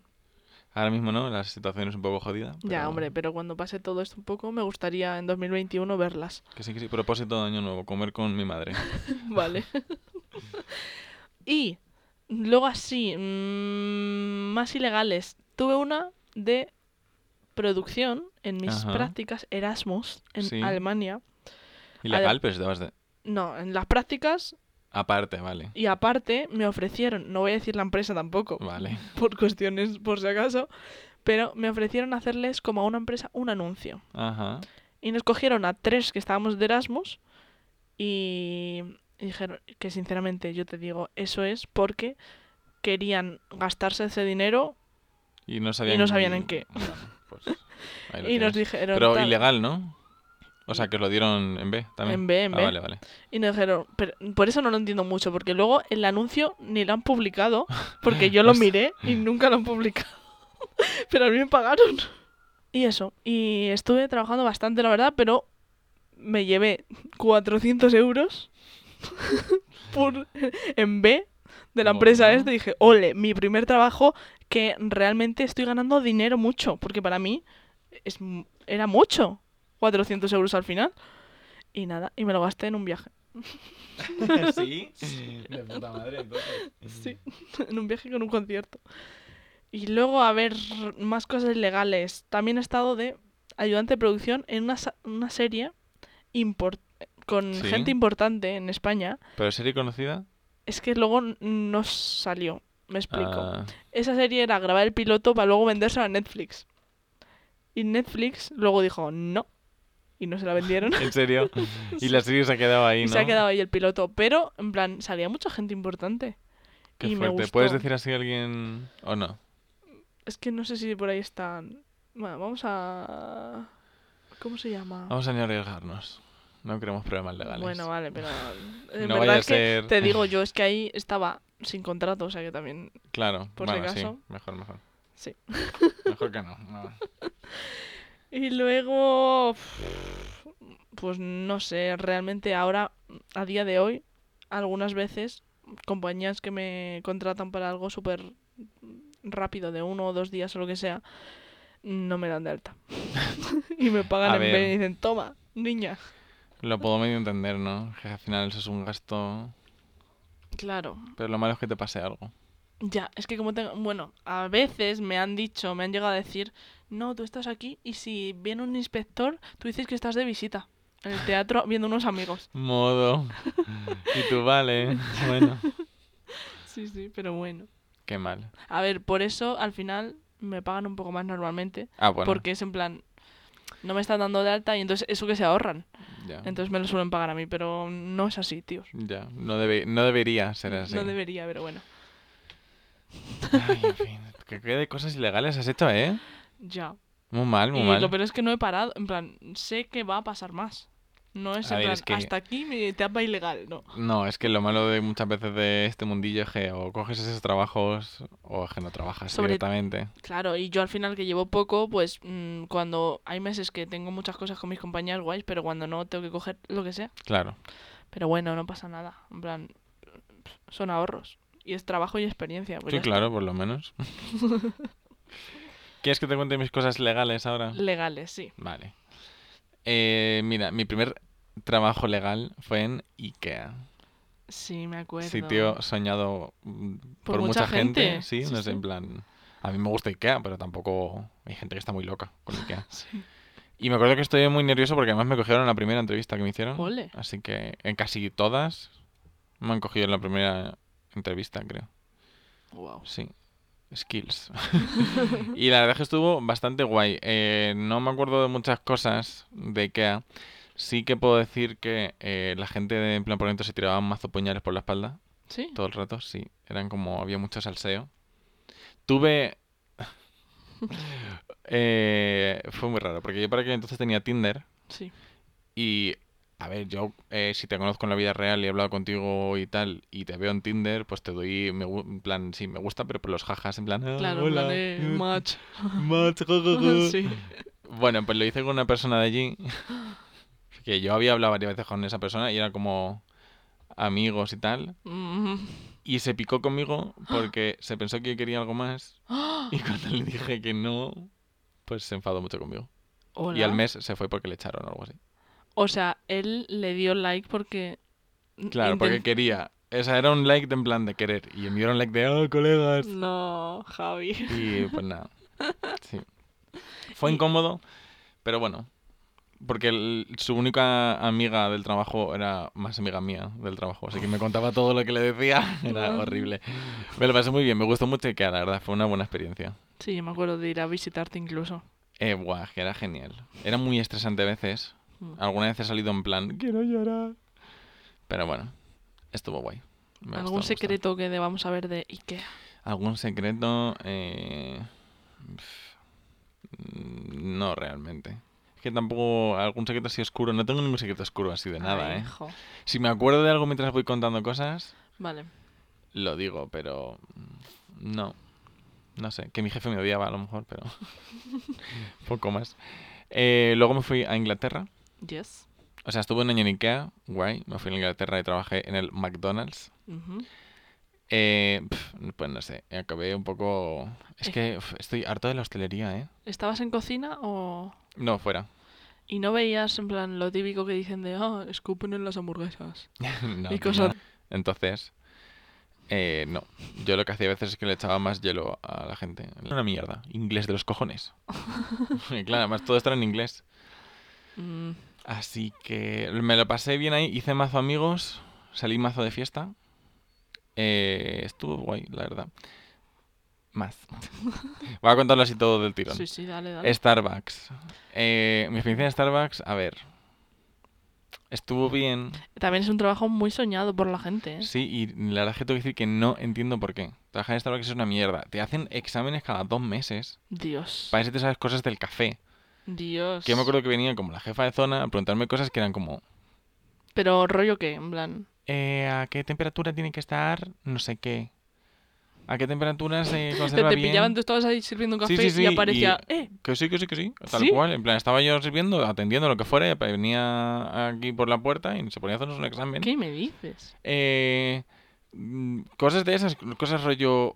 Speaker 2: Ahora mismo no, la situación es un poco jodida.
Speaker 1: Ya,
Speaker 2: pero
Speaker 1: hombre, pero cuando pase todo esto un poco, me gustaría en 2021 verlas.
Speaker 2: Que sí, que sí. Propósito de año nuevo, comer con mi madre.
Speaker 1: Vale. y luego así, mm, más ilegales. Tuve una de producción en mis
Speaker 2: Ajá.
Speaker 1: prácticas Erasmus en
Speaker 2: Sí.
Speaker 1: Alemania.
Speaker 2: Ilegal, pero si te vas de...
Speaker 1: No, en las prácticas
Speaker 2: Aparte, vale.
Speaker 1: y aparte me ofrecieron, no voy a decir la empresa tampoco,
Speaker 2: Vale.
Speaker 1: por cuestiones por si acaso, pero me ofrecieron hacerles como a una empresa un anuncio.
Speaker 2: Ajá.
Speaker 1: Y nos cogieron a tres que estábamos de Erasmus y y dijeron que sinceramente yo te digo, eso es porque querían gastarse ese dinero
Speaker 2: Y no sabían...
Speaker 1: no sabían en qué.
Speaker 2: Bueno, pues, ahí lo
Speaker 1: y nos
Speaker 2: tienes.
Speaker 1: dijeron
Speaker 2: Pero
Speaker 1: tal.
Speaker 2: ilegal, ¿no? O sea, que lo dieron en B también.
Speaker 1: En B, en
Speaker 2: Ah,
Speaker 1: B.
Speaker 2: vale, vale.
Speaker 1: y nos dijeron, pero- por eso no lo entiendo mucho, porque luego el anuncio ni lo han publicado, porque yo lo
Speaker 2: Hostia.
Speaker 1: miré y nunca lo han publicado. pero a mí me pagaron. Y eso, y estuve trabajando bastante, la verdad, pero me llevé 400 euros por, en B de la empresa
Speaker 2: Bueno.
Speaker 1: esta y dije, ole, mi primer trabajo que realmente estoy ganando dinero mucho, porque para mí es, mu- era mucho, 400 euros al final. Y nada, y me lo gasté en un viaje.
Speaker 2: ¿Sí? De puta madre, entonces.
Speaker 1: Sí, en un viaje con un concierto. Y luego, a ver, más cosas legales. También he estado de ayudante de producción en una, sa- una serie import- con
Speaker 2: Sí.
Speaker 1: gente importante en España.
Speaker 2: ¿Pero serie conocida?
Speaker 1: Es que luego n- no salió, me explico.
Speaker 2: Ah,
Speaker 1: Esa serie era grabar el piloto para luego vendérsela a Netflix. Y Netflix luego dijo no. Y no se la vendieron.
Speaker 2: ¿En serio? y la serie se ha quedado ahí,
Speaker 1: y
Speaker 2: ¿no?
Speaker 1: se ha quedado ahí el piloto. Pero, en plan, salía mucha gente importante.
Speaker 2: Qué
Speaker 1: y me
Speaker 2: fuerte.
Speaker 1: gustó.
Speaker 2: ¿Puedes decir así a alguien o no?
Speaker 1: Es que no sé si por ahí están. Bueno, vamos a. ¿Cómo se llama?
Speaker 2: Vamos a no arriesgarnos. No queremos problemas legales.
Speaker 1: Bueno, vale, pero. eh, En verdad
Speaker 2: No vaya a
Speaker 1: es que
Speaker 2: ser-
Speaker 1: te digo yo, es que ahí estaba sin contrato, o sea que también.
Speaker 2: Claro,
Speaker 1: por si
Speaker 2: bueno,
Speaker 1: acaso.
Speaker 2: sí. Mejor, mejor.
Speaker 1: Sí.
Speaker 2: Mejor que no. no.
Speaker 1: Y luego. pff, Pues no sé, realmente ahora, a día de hoy, algunas veces, compañías que me contratan para algo súper rápido, de uno o dos días o lo que sea, no me dan de alta. y me pagan
Speaker 2: A
Speaker 1: en
Speaker 2: ver.
Speaker 1: vez y dicen, toma, niña.
Speaker 2: Lo puedo medio entender, ¿no? Que al final eso es un gasto.
Speaker 1: Claro,
Speaker 2: Pero lo malo es que te pase algo.
Speaker 1: Ya, es que como tengo... Bueno, a veces me han dicho, me han llegado a decir, no, tú estás aquí y si viene un inspector, tú dices que estás de visita en el teatro viendo unos amigos.
Speaker 2: Modo. y tú vale. Bueno.
Speaker 1: Sí, sí, pero bueno.
Speaker 2: Qué mal.
Speaker 1: A ver, por eso al final me pagan un poco más normalmente,
Speaker 2: Ah, bueno.
Speaker 1: porque es en plan, no me están dando de alta y entonces eso que se ahorran.
Speaker 2: Ya.
Speaker 1: Entonces me lo suelen pagar a mí, pero no es así, tíos.
Speaker 2: Ya. No, debe- no debería ser así.
Speaker 1: No debería, pero bueno.
Speaker 2: Ay, en fin. Que qué de cosas ilegales has hecho, ¿eh?
Speaker 1: Ya.
Speaker 2: Muy mal, muy
Speaker 1: Y
Speaker 2: mal.
Speaker 1: lo peor es que no he parado, en plan, sé que va a pasar más. No es
Speaker 2: A
Speaker 1: en
Speaker 2: ver,
Speaker 1: plan,
Speaker 2: es que-
Speaker 1: hasta aquí mi etapa ilegal, no.
Speaker 2: No, es que lo malo de muchas veces de este mundillo es que o coges esos trabajos o es que no trabajas
Speaker 1: Sobre-
Speaker 2: directamente.
Speaker 1: Claro, y yo al final que llevo poco, pues mm, cuando hay meses que tengo muchas cosas con mis compañías guays, pero cuando no tengo que coger lo que sea.
Speaker 2: Claro.
Speaker 1: Pero bueno, no pasa nada. En plan, son ahorros. Y es trabajo y experiencia. pues
Speaker 2: sí,
Speaker 1: ya
Speaker 2: claro, por lo menos. ¿Quieres que te cuente mis cosas legales ahora?
Speaker 1: está. Legales, sí.
Speaker 2: Vale. Eh, mira, mi primer trabajo legal fue en IKEA.
Speaker 1: Sí, me acuerdo.
Speaker 2: Sitio soñado mm,
Speaker 1: Por
Speaker 2: por,
Speaker 1: mucha
Speaker 2: mucha, gente.
Speaker 1: gente.
Speaker 2: Sí,
Speaker 1: Sí,
Speaker 2: no sé,
Speaker 1: sí.
Speaker 2: en plan. A mí me gusta IKEA, pero tampoco hay gente que está muy loca con IKEA.
Speaker 1: Sí.
Speaker 2: Y me acuerdo que estoy muy nervioso porque además me cogieron en la primera entrevista que me hicieron.
Speaker 1: Ole.
Speaker 2: Así que en casi todas me han cogido en la primera entrevista, creo.
Speaker 1: Wow.
Speaker 2: Sí. Skills. y la verdad es que estuvo bastante guay. Eh, no me acuerdo de muchas cosas de IKEA. Sí que puedo decir que eh, la gente de en plan por dentro se tiraban mazo puñales por la espalda
Speaker 1: Sí.
Speaker 2: todo el rato, sí. Eran como, había mucho salseo. Tuve... Eh, fue muy raro, porque yo para que entonces tenía Tinder.
Speaker 1: Sí.
Speaker 2: Y, a ver, yo eh, si te conozco en la vida real y he hablado contigo y tal, y te veo en Tinder, pues te doy, me, gu- en plan, sí, me gusta, pero por los jajas, en plan, "Ah,
Speaker 1: Claro, en
Speaker 2: hola,
Speaker 1: plan de
Speaker 2: eh,
Speaker 1: match.
Speaker 2: match, ja, ja, ja".
Speaker 1: sí.
Speaker 2: Bueno, pues lo hice con una persona de allí, que yo había hablado varias veces con esa persona y era como, amigos y tal.
Speaker 1: Mm.
Speaker 2: Y se picó conmigo porque se pensó que yo quería algo más. Y cuando le dije que no, pues se enfadó mucho conmigo. Y
Speaker 1: Hola.
Speaker 2: al mes se fue porque le echaron o algo así.
Speaker 1: O sea, él le dio like porque.
Speaker 2: Claro, porque
Speaker 1: inten-
Speaker 2: quería. O sea, era un like de en plan de querer. Y el mío era un like de, oh, colegas.
Speaker 1: Mm. No, Javi.
Speaker 2: Y pues nada. Sí. Fue
Speaker 1: Y-
Speaker 2: incómodo, pero bueno. Porque el- su única amiga del trabajo era más amiga mía del trabajo. Así que me contaba todo lo que le decía. Era
Speaker 1: Bueno.
Speaker 2: horrible. Me lo pasé muy bien, me gustó mucho y que la verdad fue una buena experiencia.
Speaker 1: Sí, yo me acuerdo de ir a visitarte incluso.
Speaker 2: Eh, buah, que era genial. Era muy estresante a veces.
Speaker 1: Mm.
Speaker 2: Alguna vez he salido en plan, quiero llorar. Pero bueno, estuvo guay. Me gustó,
Speaker 1: ¿Algún
Speaker 2: me gustó.
Speaker 1: secreto que debamos saber de Ikea?
Speaker 2: ¿Algún secreto? Eh, pf, mm, No realmente. Es que tampoco algún secreto así oscuro. No tengo ningún secreto oscuro así de nada,
Speaker 1: Ay,
Speaker 2: ¿eh?
Speaker 1: jo.
Speaker 2: Si me acuerdo de algo mientras voy contando cosas,
Speaker 1: Vale.
Speaker 2: lo digo, pero mm, no. No sé, que mi jefe me odiaba a lo mejor, pero poco más. Eh, luego me fui a Inglaterra.
Speaker 1: Yes.
Speaker 2: O sea, estuve un año en Ikea, guay. Me fui a Inglaterra y trabajé en el McDonald's.
Speaker 1: Ujú.
Speaker 2: Eh, pf, pues no sé, acabé un poco... Es
Speaker 1: Eh.
Speaker 2: que uf, estoy harto de la hostelería, ¿eh?
Speaker 1: ¿Estabas en cocina o.?
Speaker 2: No, fuera.
Speaker 1: Y no veías en plan lo típico que dicen de, ah, escupen en las hamburguesas.
Speaker 2: No,
Speaker 1: y cosas.
Speaker 2: Entonces, eh, no. Yo lo que hacía a veces es que le echaba más hielo a la gente. Era una mierda. Inglés de los cojones. Y claro, además todo esto era en inglés.
Speaker 1: Mm,
Speaker 2: Así que me lo pasé bien ahí. Hice mazo amigos. Salí mazo de fiesta. Eh, estuvo guay, la verdad. Más. Voy a contarlo así todo del tirón.
Speaker 1: sí, sí, dale, dale.
Speaker 2: Starbucks. Eh, mi experiencia en Starbucks, a ver. Estuvo bien.
Speaker 1: También es un trabajo muy soñado por la gente, ¿eh?
Speaker 2: Sí, y la verdad es que tengo que decir que no entiendo por qué. Trabajar en Starbucks es una mierda. Te hacen exámenes cada dos meses.
Speaker 1: Dios.
Speaker 2: Para eso te sabes cosas del café.
Speaker 1: Dios.
Speaker 2: Que yo me acuerdo que venía como la jefa de zona a preguntarme cosas que eran como...
Speaker 1: Pero rollo que, en plan.
Speaker 2: eh, ¿A qué temperatura tiene que estar no sé qué? ¿A qué temperatura se
Speaker 1: Te,
Speaker 2: conserva
Speaker 1: te
Speaker 2: bien?
Speaker 1: pillaban, tú estabas ahí sirviendo un
Speaker 2: Sí,
Speaker 1: café
Speaker 2: sí, sí,
Speaker 1: y aparecía, eh,
Speaker 2: Que sí, que sí, que sí. Tal
Speaker 1: ¿Sí?
Speaker 2: cual. En plan, estaba yo sirviendo, atendiendo lo que fuera. y Venía aquí por la puerta y se ponía a hacernos un examen.
Speaker 1: ¿qué me dices?
Speaker 2: Eh, mm, cosas de esas, cosas rollo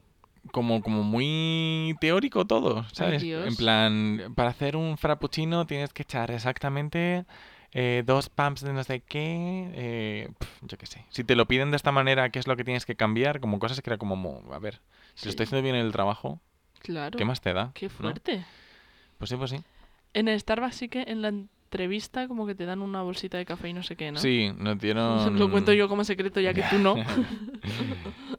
Speaker 2: como, como muy teórico todo, ¿sabes?
Speaker 1: Dios.
Speaker 2: En plan, para hacer un frappuccino tienes que echar exactamente eh, dos pumps de no sé qué, eh, pf, yo qué sé. Si te lo piden de esta manera, ¿qué es lo que tienes que cambiar? Como cosas que era como, mo- a ver, si
Speaker 1: Sí.
Speaker 2: lo estoy haciendo bien en el trabajo,
Speaker 1: Claro.
Speaker 2: ¿qué más te da?
Speaker 1: Qué
Speaker 2: no?
Speaker 1: fuerte.
Speaker 2: Pues sí, pues sí.
Speaker 1: En el Starbucks sí que en la entrevista como que te dan una bolsita de café y no sé qué, ¿no?
Speaker 2: Sí, nos dieron...
Speaker 1: Lo cuento yo como secreto ya que tú no.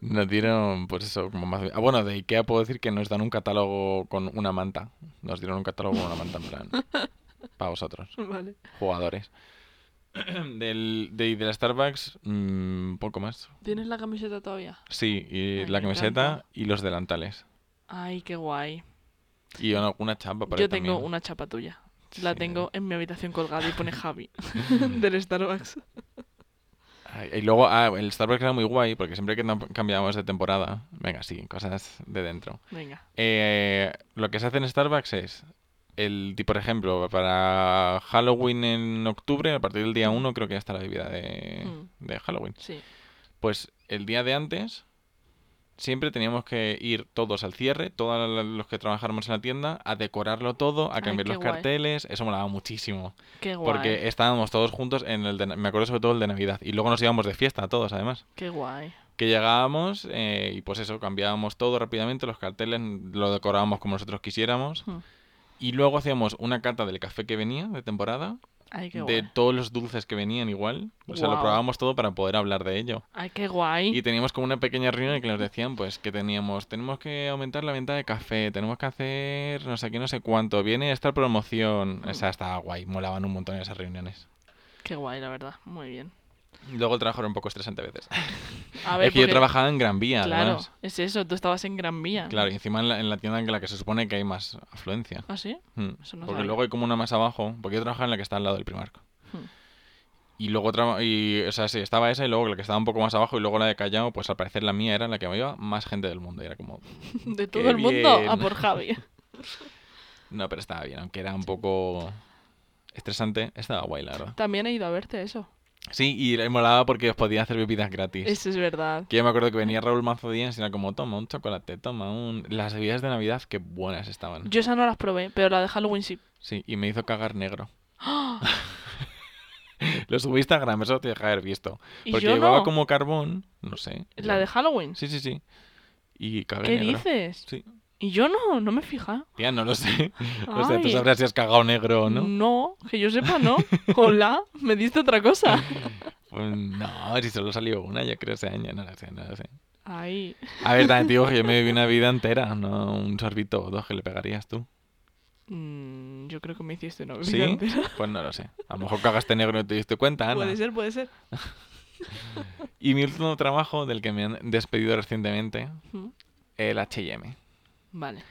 Speaker 2: Nos dieron, pues eso, como más... Ah, bueno, de Ikea puedo decir que nos dan un catálogo con una manta. Nos dieron un catálogo con una manta, en plan, para vosotros,
Speaker 1: vale.
Speaker 2: jugadores. Del, de, de la Starbucks, mm, poco más.
Speaker 1: ¿Tienes la camiseta todavía?
Speaker 2: Sí, y
Speaker 1: Ay,
Speaker 2: la
Speaker 1: me
Speaker 2: camiseta
Speaker 1: encanta.
Speaker 2: y los delantales.
Speaker 1: Ay, qué guay.
Speaker 2: Y una, una chapa por Pues ahí
Speaker 1: Yo tengo
Speaker 2: también.
Speaker 1: una chapa tuya. La
Speaker 2: Sí.
Speaker 1: tengo en mi habitación colgada y pone Javi del Starbucks.
Speaker 2: Ay, y luego, ah, el Starbucks era muy guay, porque siempre que no cambiábamos de temporada, venga, sí, cosas de dentro.
Speaker 1: Venga.
Speaker 2: Eh, lo que se hace en Starbucks es, el, ti- por ejemplo, para Halloween en octubre, a partir del día 1 creo que ya está la bebida de,
Speaker 1: Mm.
Speaker 2: de Halloween.
Speaker 1: Sí.
Speaker 2: Pues el día de antes siempre teníamos que ir todos al cierre, todos la- los que trabajáramos en la tienda, a decorarlo todo, a
Speaker 1: Ay,
Speaker 2: cambiar
Speaker 1: qué
Speaker 2: los
Speaker 1: guay.
Speaker 2: carteles. Eso molaba muchísimo.
Speaker 1: Qué guay.
Speaker 2: Porque estábamos todos juntos en el de, na- me acuerdo sobre todo el de Navidad. Y luego nos íbamos de fiesta todos, además
Speaker 1: Qué guay.
Speaker 2: que llegábamos eh, y pues eso, cambiábamos todo rápidamente, los carteles lo decorábamos como nosotros quisiéramos
Speaker 1: Hmm.
Speaker 2: y luego hacíamos una cata del café que venía de temporada,
Speaker 1: Ay, qué
Speaker 2: de
Speaker 1: guay.
Speaker 2: todos los dulces que venían igual, o sea, lo
Speaker 1: Guau.
Speaker 2: probábamos todo para poder hablar de ello.
Speaker 1: Ay, qué guay.
Speaker 2: Y teníamos como una pequeña reunión en que nos decían pues que teníamos, tenemos que aumentar la venta de café, tenemos que hacer no sé qué, no sé cuánto, viene esta promoción, o sea, estaba guay, molaban un montón esas reuniones.
Speaker 1: Qué guay, la verdad. Muy bien.
Speaker 2: Luego el trabajo era un poco estresante a veces.
Speaker 1: A
Speaker 2: es que yo
Speaker 1: porque-
Speaker 2: trabajaba en Gran Vía,
Speaker 1: Claro,
Speaker 2: además.
Speaker 1: es eso. Tú estabas en Gran Vía.
Speaker 2: Claro, y encima en la, en la tienda en la que se supone que hay más afluencia.
Speaker 1: ¿Ah, sí?
Speaker 2: Mm,
Speaker 1: Eso no
Speaker 2: Porque
Speaker 1: sabía.
Speaker 2: luego hay como una más abajo, porque yo trabajaba en la que está al lado del Primark.
Speaker 1: Hmm.
Speaker 2: Y luego traba- y, o sea, sí, estaba esa y luego la que estaba un poco más abajo y luego la de Callao, pues al parecer la mía era la que me iba más gente del mundo. Y era como,
Speaker 1: De
Speaker 2: Qué
Speaker 1: todo el mundo a
Speaker 2: bien.
Speaker 1: por Javi.
Speaker 2: no, pero estaba bien, aunque era un poco estresante, estaba guay, la verdad.
Speaker 1: También he ido a verte a eso.
Speaker 2: Sí, y le molaba porque os podía hacer bebidas gratis.
Speaker 1: Eso es verdad.
Speaker 2: Que yo me acuerdo que venía Raúl Mazo Díaz y era como, toma un chocolate, toma un... Las bebidas de Navidad, qué buenas estaban.
Speaker 1: Yo esas no las probé, pero la de Halloween sí.
Speaker 2: Sí, y me hizo cagar negro. Lo subí a Instagram, eso te deja haber visto.
Speaker 1: Y
Speaker 2: Porque
Speaker 1: yo
Speaker 2: llevaba
Speaker 1: no.
Speaker 2: como carbón, no sé.
Speaker 1: La de Halloween.
Speaker 2: Sí, sí, sí. Y cagué
Speaker 1: ¿Qué
Speaker 2: negro.
Speaker 1: dices?
Speaker 2: Sí.
Speaker 1: Y yo no, no me fija.
Speaker 2: Tía, no lo sé. O sea, tú
Speaker 1: Ay. Mm.
Speaker 2: sabrás si has cagado negro o no.
Speaker 1: No, que yo sepa, no. Hola, me diste otra cosa.
Speaker 2: Pues no, si solo salió una, yo creo ese año, no lo sé, no lo sé.
Speaker 1: Ay,
Speaker 2: A ver, también te digo que yo me viví una vida entera, no un sorbito o dos que le pegarías tú.
Speaker 1: mm, yo creo que me hiciste una bebida
Speaker 2: ¿Sí?
Speaker 1: entera.
Speaker 2: Pues no lo sé. A lo mejor cagaste negro y no te diste cuenta, Ana.
Speaker 1: Puede ser, puede ser.
Speaker 2: Y mi último trabajo, del que me han despedido recientemente,
Speaker 1: Mm,
Speaker 2: el H&M.
Speaker 1: Vale.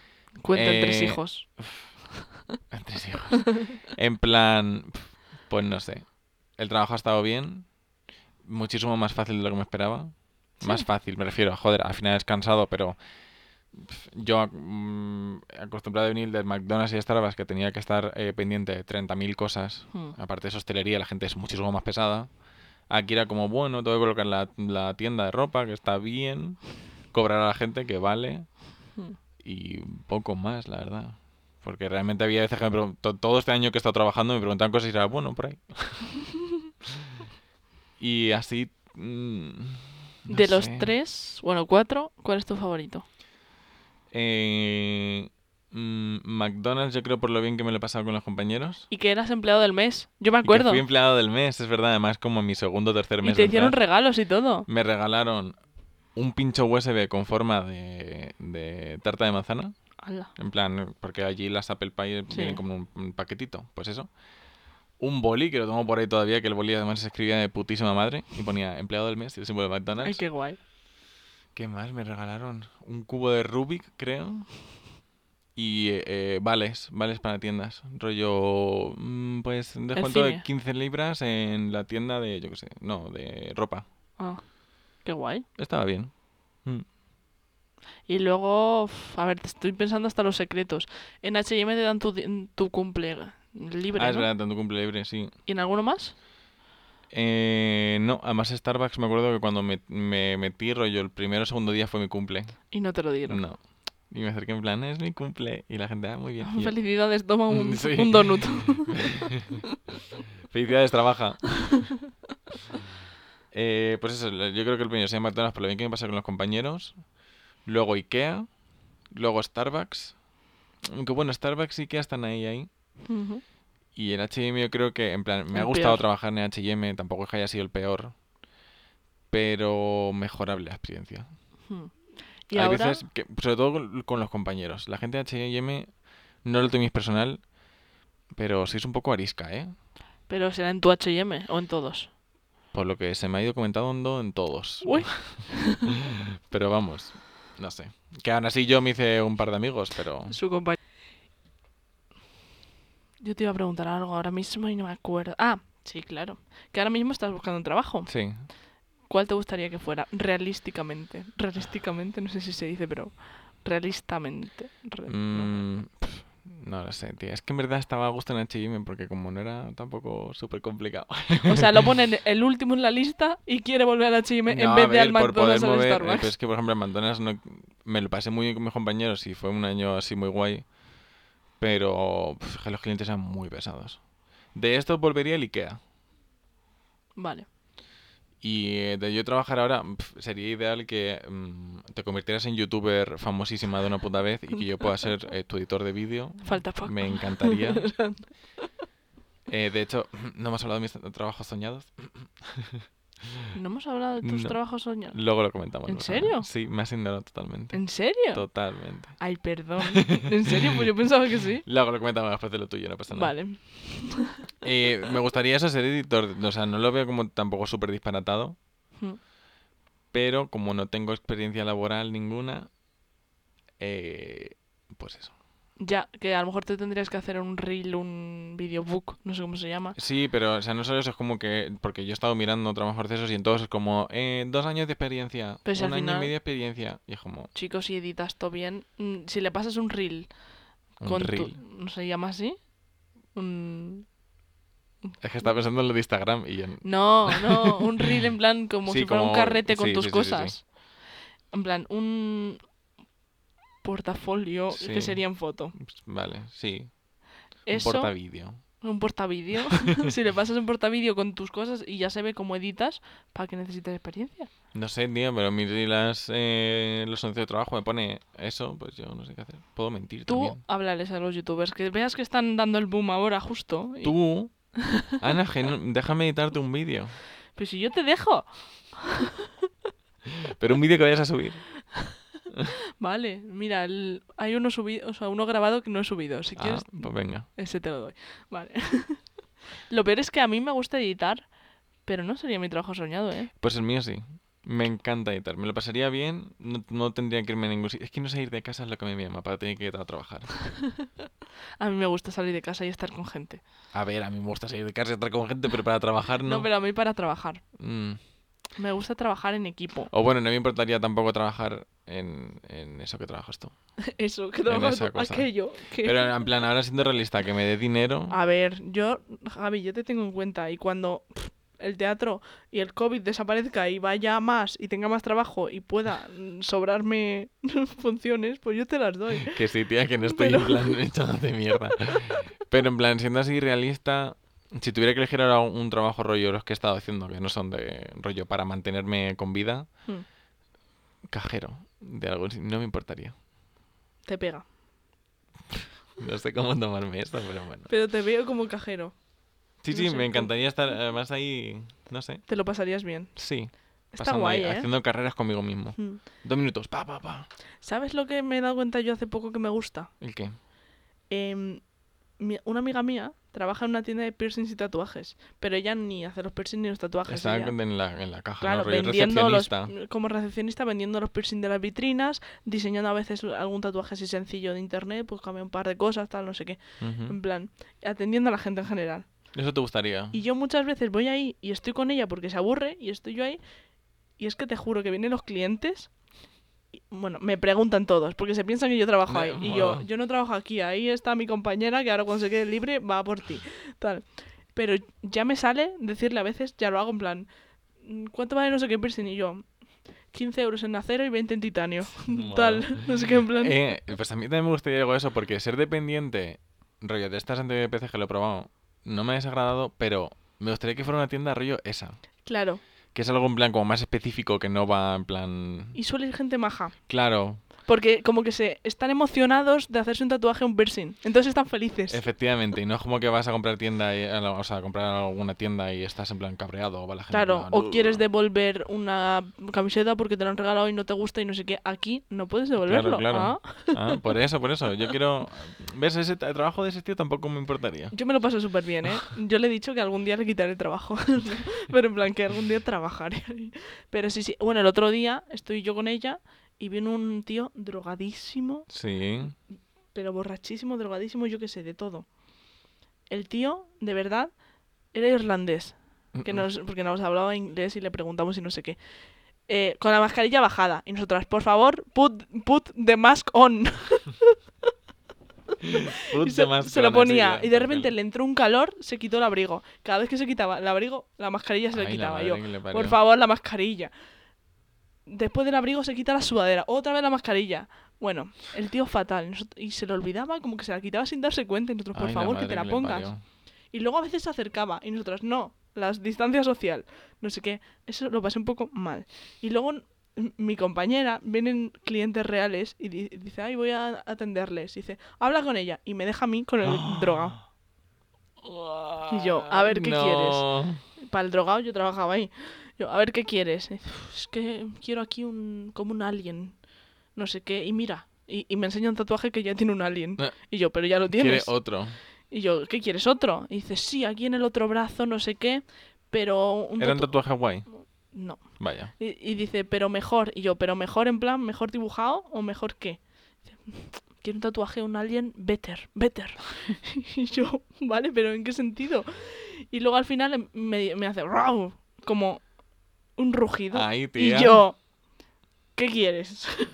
Speaker 1: Cuenta tres
Speaker 2: Eh,
Speaker 1: hijos.
Speaker 2: Tres hijos. En plan, pf, pues no sé. El trabajo ha estado bien. Muchísimo más fácil de lo que me esperaba. Más
Speaker 1: Sí.
Speaker 2: fácil, me refiero. Joder, al final he descansado, pero pf, yo mm, acostumbrado a venir del McDonald's y Starbucks que tenía que estar eh, pendiente de 30.000 cosas.
Speaker 1: Mm.
Speaker 2: Aparte de esa hostelería, la gente es muchísimo más pesada. Aquí era como, bueno, tengo que colocar la, la tienda de ropa, que está bien. Cobrar a la gente, que vale.
Speaker 1: Mm.
Speaker 2: Y poco más, la verdad. Porque realmente había veces que me pregun- to- todo este año que he estado trabajando me preguntaban cosas y era bueno por ahí. y así. mm, no
Speaker 1: de los
Speaker 2: sé.
Speaker 1: tres, bueno, cuatro, ¿cuál es tu favorito?
Speaker 2: Eh, mm, McDonald's, yo creo por lo bien que me lo he pasado con los compañeros.
Speaker 1: Y que eras empleado del mes. Yo me
Speaker 2: Y que
Speaker 1: acuerdo.
Speaker 2: fui empleado del mes, es verdad, además como mi segundo o tercer mes.
Speaker 1: Y te
Speaker 2: de
Speaker 1: hicieron
Speaker 2: entrar.
Speaker 1: regalos y todo.
Speaker 2: Me regalaron un pincho USB con forma de, de tarta de manzana.
Speaker 1: Ala.
Speaker 2: En plan, porque allí las Apple Pie
Speaker 1: Sí.
Speaker 2: vienen como un, un paquetito. Pues eso. Un boli, que lo tengo por ahí todavía, que el boli además se escribía de putísima madre. Y ponía empleado del mes y el símbolo de
Speaker 1: Ay,
Speaker 2: McDonald's.
Speaker 1: qué guay.
Speaker 2: ¿Qué más me regalaron? Un cubo de Rubik, creo. Y eh, eh, vales, vales para tiendas. Rollo, mm, pues un descuento de
Speaker 1: cine.
Speaker 2: 15 libras en la tienda de, yo qué sé, no, de ropa.
Speaker 1: Ah, qué guay.
Speaker 2: Estaba bien. Mm.
Speaker 1: Y luego, uf, a ver, te estoy pensando hasta los secretos. En H&M te dan tu, di- tu cumple libre,
Speaker 2: ah, es
Speaker 1: ¿no?
Speaker 2: verdad, tanto cumple libre, sí.
Speaker 1: ¿Y en alguno más?
Speaker 2: Eh, no, además Starbucks me acuerdo que cuando me, me metí rollo el primero o segundo día fue mi cumple.
Speaker 1: Y no te lo dieron.
Speaker 2: No. Y me acerqué en plan, es mi cumple. Y la gente, ah, muy bien. Y yo,
Speaker 1: Felicidades, toma un,
Speaker 2: Sí.
Speaker 1: un donut.
Speaker 2: Felicidades, trabaja. Eh, pues eso, lo- yo creo que el primero se llama McDonald's por lo bien que me pasa con los compañeros. Luego Ikea. Luego Starbucks. Aunque bueno, Starbucks y Ikea están ahí, ahí.
Speaker 1: Ujú.
Speaker 2: Y el H&M yo creo que, en plan, me ha
Speaker 1: El
Speaker 2: gustado
Speaker 1: peor.
Speaker 2: trabajar en H&M, tampoco es que haya sido el peor, pero mejorable la experiencia.
Speaker 1: Ujú. Y
Speaker 2: Hay
Speaker 1: ahora,
Speaker 2: veces que, sobre todo con- con los compañeros, la gente de H&M, no lo tenéis personal, pero sí es un poco arisca, ¿eh?
Speaker 1: pero será en tu H&M o en todos.
Speaker 2: Por lo que se me ha ido comentando en todos.
Speaker 1: Uy.
Speaker 2: Pero vamos, no sé. Que aún así yo me hice un par de amigos, pero...
Speaker 1: Su compañero. Yo te iba a preguntar algo ahora mismo y no me acuerdo. Ah, sí, claro. Que ahora mismo estás buscando un trabajo.
Speaker 2: Sí.
Speaker 1: ¿Cuál te gustaría que fuera realísticamente? Realísticamente, no sé si se dice, pero realistamente. Re- no.
Speaker 2: Mm, pf, no lo sé, tío. Es que en verdad estaba a gusto en H&M porque como no era tampoco súper complicado.
Speaker 1: O sea, lo ponen el último en la lista y quiere volver al H&M
Speaker 2: No,
Speaker 1: en
Speaker 2: a
Speaker 1: vez de
Speaker 2: ver,
Speaker 1: al
Speaker 2: por poder
Speaker 1: McDonald's o al
Speaker 2: mover, eh,
Speaker 1: Starbucks.
Speaker 2: pero es que, por ejemplo, en McDonald's no, me lo pasé muy bien con mis compañeros y fue un año así muy guay. Pero pf, es que los clientes eran muy pesados. De esto volvería el IKEA.
Speaker 1: Vale.
Speaker 2: Y eh, de yo trabajar ahora, pf, sería ideal que mm, te convirtieras en youtuber famosísima de una puta vez y que yo pueda ser eh, tu editor de vídeo.
Speaker 1: Falta poco.
Speaker 2: Me encantaría. Eh, de hecho, no hemos hablado de mis trabajos soñados.
Speaker 1: ¿No hemos hablado de tus
Speaker 2: No.
Speaker 1: trabajos soñados?
Speaker 2: Luego lo comentamos.
Speaker 1: ¿En
Speaker 2: no pasa nada.
Speaker 1: serio?
Speaker 2: Sí, me has ignorado totalmente.
Speaker 1: ¿En serio?
Speaker 2: Totalmente.
Speaker 1: Ay, perdón. ¿En serio? Pues yo pensaba que sí.
Speaker 2: Luego lo comentamos después de lo tuyo, no pasa nada.
Speaker 1: Vale.
Speaker 2: Eh, me gustaría eso ser editor. O sea, no lo veo como tampoco súper disparatado.
Speaker 1: Mm.
Speaker 2: Pero como no tengo experiencia laboral ninguna, eh, pues eso.
Speaker 1: Ya, que a lo mejor te tendrías que hacer un reel, un videobook, no sé cómo se llama.
Speaker 2: Sí, pero o sea, no solo eso, es como que. Porque yo he estado mirando trabajos de esos y entonces es como. eh, dos años de experiencia.
Speaker 1: Pero si
Speaker 2: un
Speaker 1: Pues al
Speaker 2: año y
Speaker 1: final-
Speaker 2: medio de experiencia. Y es como.
Speaker 1: Chicos, si editas todo bien, mm, si le pasas un reel
Speaker 2: Un
Speaker 1: con tu-
Speaker 2: reel.
Speaker 1: ¿No se llama así? Un...
Speaker 2: Es que estaba pensando en lo de Instagram y en...
Speaker 1: No, no, un reel en plan como
Speaker 2: Sí,
Speaker 1: si fuera un
Speaker 2: como-
Speaker 1: carrete con
Speaker 2: sí,
Speaker 1: tus
Speaker 2: sí, sí, sí, sí.
Speaker 1: cosas. En plan, un portafolio que
Speaker 2: Sí.
Speaker 1: sería en foto.
Speaker 2: pues, Vale, sí.
Speaker 1: Eso,
Speaker 2: Un portavídeo.
Speaker 1: un portavideo. si le pasas un portavideo con tus cosas y ya se ve cómo editas, ¿para qué necesitas experiencia?
Speaker 2: No sé, tío, pero mis las, eh, los anuncios de trabajo me pone eso, pues yo no sé qué hacer. Puedo mentir
Speaker 1: Tú
Speaker 2: también.
Speaker 1: háblales a los youtubers, que veas que están dando el boom ahora justo. y-
Speaker 2: Tú, Ana, Gen- déjame editarte un vídeo.
Speaker 1: Pero pues si yo te dejo.
Speaker 2: Pero un vídeo que vayas a subir.
Speaker 1: Vale, mira, el- hay uno subido, o sea, uno grabado que no he subido. Si
Speaker 2: Ah,
Speaker 1: quieres,
Speaker 2: pues venga.
Speaker 1: Ese te lo doy. Vale. lo peor es que a mí me gusta editar, pero no sería mi trabajo soñado, ¿eh?
Speaker 2: Pues el mío sí. Me encanta editar. Me lo pasaría bien. No, no tendría que irme a ningún sitio. Es que no sé ir de casa es lo que me llama para tener que ir a trabajar.
Speaker 1: A mí me gusta salir de casa y estar con gente.
Speaker 2: A ver, a mí me gusta salir de casa y estar con gente, pero para trabajar
Speaker 1: No,
Speaker 2: no.
Speaker 1: pero a mí para trabajar.
Speaker 2: Mm.
Speaker 1: Me gusta trabajar en equipo.
Speaker 2: O bueno, no me importaría tampoco trabajar en, en eso que trabajas tú.
Speaker 1: Eso, que
Speaker 2: En
Speaker 1: trabajo
Speaker 2: esa cosa.
Speaker 1: aquello. que-
Speaker 2: Pero en plan, ahora siendo realista, que me dé dinero.
Speaker 1: A ver, yo, Javi, yo te tengo en cuenta y cuando pff, el teatro y el COVID desaparezca y vaya más y tenga más trabajo y pueda mm, sobrarme funciones, pues yo te las doy.
Speaker 2: Que sí, tía, que no estoy
Speaker 1: Pero-
Speaker 2: en plan echando de mierda. Pero en plan, siendo así realista, si tuviera que elegir ahora un, un trabajo rollo los que he estado haciendo, que no son de rollo para mantenerme con vida,
Speaker 1: Hmm.
Speaker 2: cajero de algo, no me importaría.
Speaker 1: Te pega.
Speaker 2: No sé cómo tomarme esto, pero bueno.
Speaker 1: Pero te veo como cajero.
Speaker 2: Sí,
Speaker 1: no
Speaker 2: sí,
Speaker 1: sé,
Speaker 2: me
Speaker 1: tú-
Speaker 2: encantaría estar eh, más ahí, no sé,
Speaker 1: Te lo pasarías bien.
Speaker 2: sí,
Speaker 1: Está
Speaker 2: pasando
Speaker 1: guay,
Speaker 2: ahí,
Speaker 1: ¿eh?
Speaker 2: haciendo carreras conmigo mismo.
Speaker 1: Mm.
Speaker 2: Dos minutos, pa, pa, pa.
Speaker 1: ¿Sabes lo que me he dado cuenta yo hace poco que me gusta?
Speaker 2: ¿El qué?
Speaker 1: Em, mi- una amiga mía trabaja en una tienda de piercings y tatuajes, pero ella ni hace los piercings ni los tatuajes.
Speaker 2: Estaba
Speaker 1: ella-
Speaker 2: en la, en la caja,
Speaker 1: Claro,
Speaker 2: ¿no? Rollo
Speaker 1: vendiendo los,
Speaker 2: recepcionista.
Speaker 1: como recepcionista, vendiendo los piercings de las vitrinas, diseñando a veces algún tatuaje así sencillo de internet, pues cambia un par de cosas, tal, no sé qué.
Speaker 2: Ujú.
Speaker 1: En plan, atendiendo a la gente en general.
Speaker 2: Eso te gustaría.
Speaker 1: Y yo muchas veces voy ahí y estoy con ella porque se aburre y estoy yo ahí. Y es que te juro que vienen los clientes. y, bueno, me preguntan todos porque se piensan que yo trabajo
Speaker 2: No,
Speaker 1: ahí. Y yo,
Speaker 2: bueno.
Speaker 1: yo no trabajo aquí. Ahí está mi compañera que ahora cuando se quede libre va a por ti. Tal. Pero ya me sale decirle a veces, ya lo hago en plan, "Mm, ¿cuánto vale no sé qué piercing? Y yo, 15 euros en acero y 20 en titanio. Tal. No sé qué en plan.
Speaker 2: Eh, pues a mí también me gustaría algo de eso, porque ser dependiente, rollo, de estas antes de PC que lo he probado, no me ha desagradado, pero me gustaría que fuera una tienda rollo esa.
Speaker 1: Claro.
Speaker 2: Que es algo en plan como más específico que no va en plan.
Speaker 1: Y suele ir gente maja.
Speaker 2: Claro,
Speaker 1: Porque como que se están emocionados de hacerse un tatuaje o un piercing. Entonces están felices.
Speaker 2: efectivamente. Y no es como que vas a comprar tienda y- a la- o sea, a comprar a alguna tienda y estás en plan cabreado o va la gente. en
Speaker 1: Claro,
Speaker 2: plan,
Speaker 1: o quieres
Speaker 2: "Ugh".
Speaker 1: devolver una camiseta porque te la han regalado y no te gusta y no sé qué. Aquí no puedes devolverlo.
Speaker 2: claro.
Speaker 1: ¿ah?
Speaker 2: Ah, por eso, por eso. Yo quiero. ¿Ves? Ese t- trabajo de ese tío tampoco me importaría.
Speaker 1: Yo me lo paso súper bien, ¿eh? Yo le he dicho que algún día le quitaré el trabajo. Pero en plan, que algún día trabajaré. Pero sí, sí. Bueno, el otro día estoy yo con ella y vino un tío drogadísimo,
Speaker 2: Sí.
Speaker 1: pero borrachísimo, drogadísimo, yo qué sé, de todo. El tío, de verdad, era irlandés. que nos, porque nos hablaba inglés y le preguntamos y no sé qué. Eh, con la mascarilla bajada. Y nosotras, por favor, put, put the mask on.
Speaker 2: Put
Speaker 1: Y
Speaker 2: the
Speaker 1: se,
Speaker 2: mask
Speaker 1: se lo
Speaker 2: on, así,
Speaker 1: ponía.
Speaker 2: ya,
Speaker 1: Y de
Speaker 2: tal
Speaker 1: repente
Speaker 2: cual.
Speaker 1: le entró un calor, se quitó el abrigo. Cada vez que se quitaba el abrigo, la mascarilla se le
Speaker 2: Ay, la
Speaker 1: quitaba.
Speaker 2: madre
Speaker 1: Yo,
Speaker 2: que le
Speaker 1: por
Speaker 2: parió.
Speaker 1: favor, la mascarilla. Después del abrigo se quita la sudadera. Otra vez la mascarilla. Bueno, el tío fatal. Nosot- Y se lo olvidaba, como que se la quitaba sin darse cuenta. Y nosotros, por
Speaker 2: Ay,
Speaker 1: favor, que
Speaker 2: madre
Speaker 1: te la
Speaker 2: le
Speaker 1: pongas.
Speaker 2: parió.
Speaker 1: Y luego a veces se acercaba y nosotras, no, las distancias social, no sé qué. Eso lo pasé un poco mal. Y luego n- mi compañera, vienen clientes reales y di- dice, ay, voy a atenderles. Y dice, habla con ella y me deja a mí con el drogado. Y yo, a ver, ¿qué
Speaker 2: No.
Speaker 1: Para el drogado yo trabajaba ahí. Yo, a ver, ¿qué quieres? Y dice, es que quiero aquí un, como un alien, no sé qué. Y mira, y, y me enseña un tatuaje que ya tiene un alien.
Speaker 2: Eh.
Speaker 1: Y yo, pero ya lo
Speaker 2: Quiere
Speaker 1: tienes.
Speaker 2: otro.
Speaker 1: Y yo, ¿qué quieres otro? Y dice, sí, aquí en el otro brazo, no sé qué, pero un
Speaker 2: Era un
Speaker 1: tatu-
Speaker 2: tatuaje guay.
Speaker 1: No.
Speaker 2: Vaya.
Speaker 1: Y, y dice, pero mejor. Y yo, pero mejor en plan, mejor dibujado o mejor qué. Dice, "Mm, quiero un tatuaje, un alien better, better. y yo, vale, pero ¿en qué sentido? Y luego al final em- me, me hace "Rau", como un rugido.
Speaker 2: Ahí,
Speaker 1: y
Speaker 2: tía.
Speaker 1: yo, ¿qué quieres?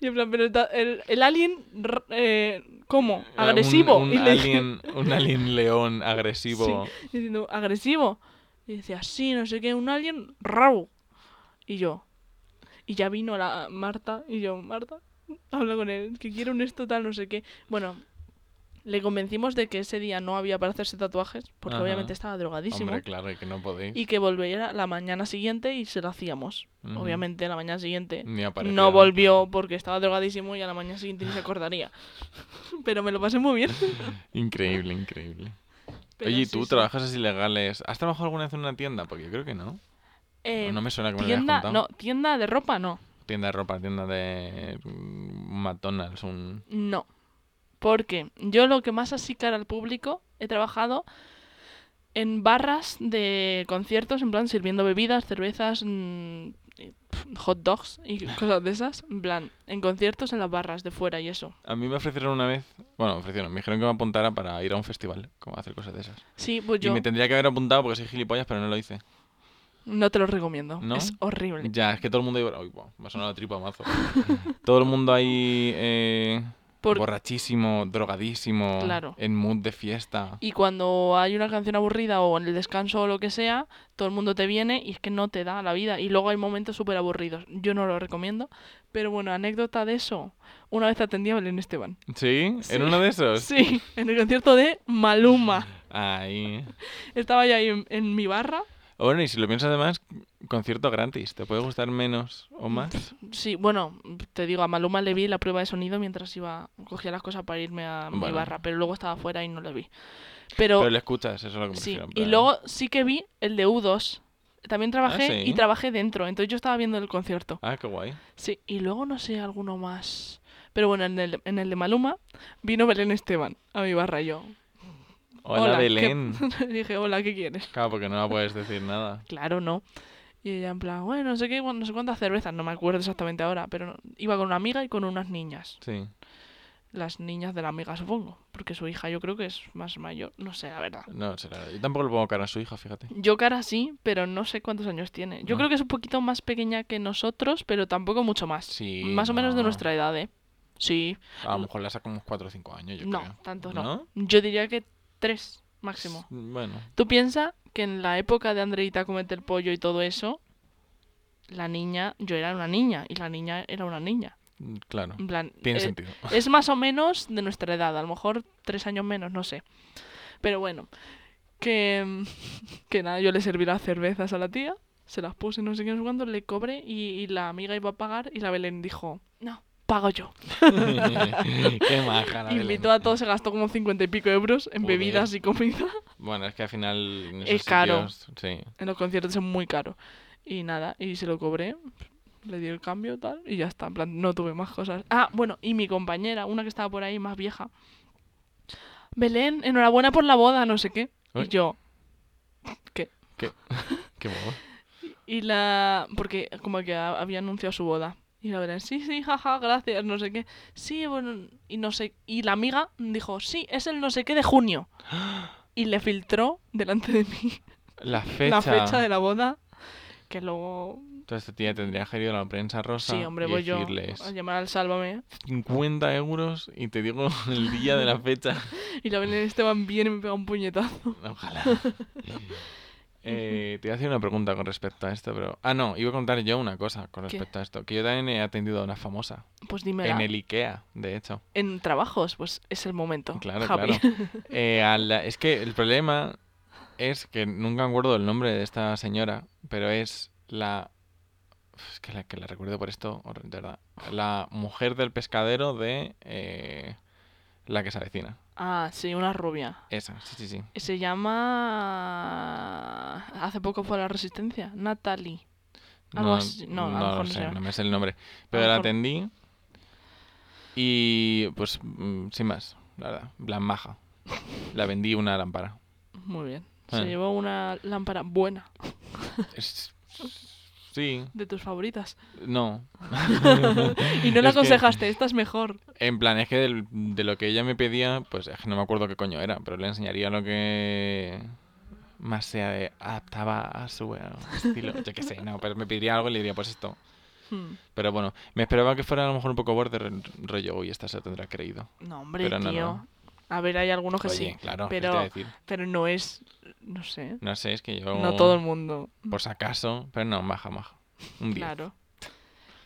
Speaker 1: Y en plan, pero está- el, el alien, r- eh, ¿cómo?
Speaker 2: Era un-
Speaker 1: Agresivo.
Speaker 2: Un,
Speaker 1: y le dije-
Speaker 2: alien, un alien león agresivo.
Speaker 1: diciendo, agresivo. Y decía, sí, no sé qué, un alien rabo. Y yo. Y ya vino la Marta, y yo, Marta, habla con él, que quiero un esto tal, no sé qué. Bueno, le convencimos de que ese día no había para hacerse tatuajes, porque
Speaker 2: Ajá.
Speaker 1: obviamente estaba drogadísimo.
Speaker 2: Hombre, claro, y que no podéis.
Speaker 1: y que volviera la mañana siguiente y se lo hacíamos.
Speaker 2: Ujú.
Speaker 1: Obviamente la mañana siguiente
Speaker 2: Ni
Speaker 1: no
Speaker 2: aparecieron.
Speaker 1: volvió porque estaba drogadísimo y a la mañana siguiente ni se acordaría. Pero me lo pasé muy bien.
Speaker 2: Increíble, increíble.
Speaker 1: Pero
Speaker 2: Oye, ¿y
Speaker 1: sí,
Speaker 2: tú
Speaker 1: sí.
Speaker 2: trabajas así ilegales? ¿Has trabajado alguna vez en una tienda? Porque yo creo que no.
Speaker 1: Eh,
Speaker 2: no me suena que me lo hayas
Speaker 1: tienda,
Speaker 2: contado.
Speaker 1: no, tienda de ropa no.
Speaker 2: Tienda de ropa, tienda de mm, McDonald's, un...
Speaker 1: No. Porque yo lo que más así cara al público he trabajado en barras de conciertos, en plan sirviendo bebidas, cervezas, mm, y, pf, hot dogs y cosas de esas. En plan, en conciertos en las barras de fuera y eso.
Speaker 2: A mí me ofrecieron una vez, bueno, me ofrecieron, me dijeron que me apuntara para ir a un festival, como a hacer cosas de esas.
Speaker 1: Sí, pues yo
Speaker 2: Y me tendría que haber apuntado porque soy gilipollas, pero no lo hice.
Speaker 1: no te lo recomiendo.
Speaker 2: ¿No?
Speaker 1: Es horrible.
Speaker 2: Ya, es que todo el mundo iba... Uy, buah, me ha sonado la tripa mazo. todo el mundo ahí eh,
Speaker 1: Por-
Speaker 2: borrachísimo, drogadísimo,
Speaker 1: Claro.
Speaker 2: en mood de fiesta.
Speaker 1: Y cuando hay una canción aburrida o en el descanso o lo que sea, todo el mundo te viene y es que no te da la vida. Y luego hay momentos súper aburridos. Yo no lo recomiendo. Pero bueno, anécdota de eso. Una vez atendí a Belén Esteban.
Speaker 2: ¿Sí?
Speaker 1: Sí.
Speaker 2: ¿En uno de esos?
Speaker 1: Sí, en el concierto de Maluma.
Speaker 2: Ahí.
Speaker 1: Estaba yo ahí en, en mi barra.
Speaker 2: Bueno, y si lo piensas además, concierto gratis. ¿Te puede gustar menos o más?
Speaker 1: Sí, bueno, te digo, a Maluma le vi la prueba de sonido mientras iba, cogía las cosas para irme a mi
Speaker 2: Bueno.
Speaker 1: barra, pero luego estaba afuera y no le vi. Pero,
Speaker 2: Pero le escuchas, eso es lo que me
Speaker 1: sí,
Speaker 2: refiero, en
Speaker 1: y
Speaker 2: plan-
Speaker 1: luego sí que vi el de U2. También trabajé
Speaker 2: Ah, sí.
Speaker 1: y trabajé dentro, entonces yo estaba viendo el concierto.
Speaker 2: Ah, qué guay.
Speaker 1: Sí, y luego no sé alguno más. Pero bueno, en el, en el de Maluma vino Belén Esteban a mi barra y yo.
Speaker 2: Hola,
Speaker 1: ¿qué-"
Speaker 2: Belén.
Speaker 1: Dije, hola, ¿qué quieres?
Speaker 2: Claro, porque no la puedes decir nada.
Speaker 1: Claro, no. Y ella en plan, bueno, no sé qué, bueno, no sé cuántas cervezas, no me acuerdo exactamente ahora, pero no- iba con una amiga y con unas niñas.
Speaker 2: Sí.
Speaker 1: Las niñas de la amiga, supongo, porque su hija yo creo que es más mayor, no sé, la verdad.
Speaker 2: No, será. Yo tampoco le pongo cara a su hija, fíjate.
Speaker 1: Yo cara sí, pero no sé cuántos años tiene. Yo
Speaker 2: No.
Speaker 1: creo que es un poquito más pequeña que nosotros, pero tampoco mucho más.
Speaker 2: Sí,
Speaker 1: más o menos de
Speaker 2: no.
Speaker 1: nuestra edad, ¿eh? Sí.
Speaker 2: A lo mejor la saca unos 4 o 5 años, yo
Speaker 1: Mm. no,
Speaker 2: creo.
Speaker 1: tanto no. Yo diría que tres máximo.
Speaker 2: Bueno,
Speaker 1: Tú piensas que en la época de Andreita comete el pollo y todo eso, la niña, yo era una niña y la niña era una niña.
Speaker 2: mm, claro.
Speaker 1: En plan,
Speaker 2: Tiene
Speaker 1: eh,
Speaker 2: sentido.
Speaker 1: es más o menos de nuestra edad, a lo mejor tres años menos, no sé. Pero bueno, que, mm, que nada, yo le serví las cervezas a la tía, se las puse, no sé qué, no sé cuándo, le cobré y, y la amiga iba a pagar y la Belén dijo, no, pago yo.
Speaker 2: qué maja la Belén.
Speaker 1: Invitó a todos, se gastó como cincuenta y pico euros en
Speaker 2: Joder.
Speaker 1: bebidas y comida.
Speaker 2: Bueno, es que al final. en
Speaker 1: Es
Speaker 2: esos
Speaker 1: caro.
Speaker 2: sitios- sí.
Speaker 1: En los conciertos es muy caro. Y nada, y se lo cobré, le di el cambio tal, y ya está. En plan, no tuve más cosas. Ah, bueno, y mi compañera, una que estaba por ahí, más vieja. Belén, enhorabuena por la boda, no sé qué.
Speaker 2: Uy.
Speaker 1: Y yo,
Speaker 2: Qué bobo.
Speaker 1: y la... Porque como que ha- había anunciado su boda. Y la Belén, sí, sí, jaja, gracias, no sé qué. Sí, bueno, y no sé... Y la amiga dijo, sí, es el no sé qué de junio. Y le filtró delante de mí
Speaker 2: La fecha.
Speaker 1: la fecha de la boda. Que luego
Speaker 2: Entonces, esta tía tendría que ir a la prensa rosa.
Speaker 1: Sí, hombre,
Speaker 2: y
Speaker 1: voy yo
Speaker 2: decirles,
Speaker 1: a llamar al Sálvame.
Speaker 2: 50 euros y te digo el día de la fecha.
Speaker 1: Y la Belén Esteban viene este y me pega un puñetazo.
Speaker 2: Ojalá. Eh, te iba a hacer una pregunta con respecto a esto, pero... Ah, no, iba a contar yo una cosa con
Speaker 1: ¿Qué?
Speaker 2: respecto a esto. Que yo también he atendido a una famosa.
Speaker 1: Pues dime, en,
Speaker 2: En el IKEA, de hecho.
Speaker 1: trabajos, pues es el momento.
Speaker 2: Claro,
Speaker 1: Javi.
Speaker 2: claro. Eh, a la- Es que el problema es que nunca me acuerdo el nombre de esta señora, pero es la... Es que la, que la recuerdo por esto, hor- de verdad. La mujer del pescadero de... eh, la que se avecina.
Speaker 1: Ah, sí, una rubia.
Speaker 2: Esa, sí, sí, sí.
Speaker 1: Se llama... Hace poco fue a la Resistencia. Natalie. Algo así- Ah, pues, no, a lo mejor
Speaker 2: lo
Speaker 1: no se
Speaker 2: sé,
Speaker 1: llama.
Speaker 2: no me sé el nombre.
Speaker 1: A
Speaker 2: Pero
Speaker 1: lo
Speaker 2: la
Speaker 1: mejor-
Speaker 2: atendí y pues mm, sin más, la verdad, la maja. La vendí una lámpara.
Speaker 1: Muy bien.
Speaker 2: Ah.
Speaker 1: Se llevó una lámpara buena.
Speaker 2: Es- Sí,
Speaker 1: De tus favoritas.
Speaker 2: no.
Speaker 1: Y no le
Speaker 2: Es que-
Speaker 1: aconsejaste, esta es mejor.
Speaker 2: En plan, es que del- de lo que ella me pedía, pues es que no me acuerdo qué coño era, pero le enseñaría lo que más se adaptaba a su eh, estilo. Yo qué sé, no, pero me pediría algo y le diría, pues esto.
Speaker 1: Hmm.
Speaker 2: Pero bueno, me esperaba que fuera a lo mejor un poco borde rollo uy, esta se tendrá creído.
Speaker 1: No, hombre,
Speaker 2: Pero no,
Speaker 1: tío.
Speaker 2: no.
Speaker 1: A ver, hay algunos que
Speaker 2: Oye,
Speaker 1: sí.
Speaker 2: claro, este
Speaker 1: pero-
Speaker 2: es decir,
Speaker 1: Pero no es. No sé.
Speaker 2: no sé, es que yo
Speaker 1: No todo el mundo.
Speaker 2: por si acaso, pero no, maja, maja. Un día.
Speaker 1: Claro.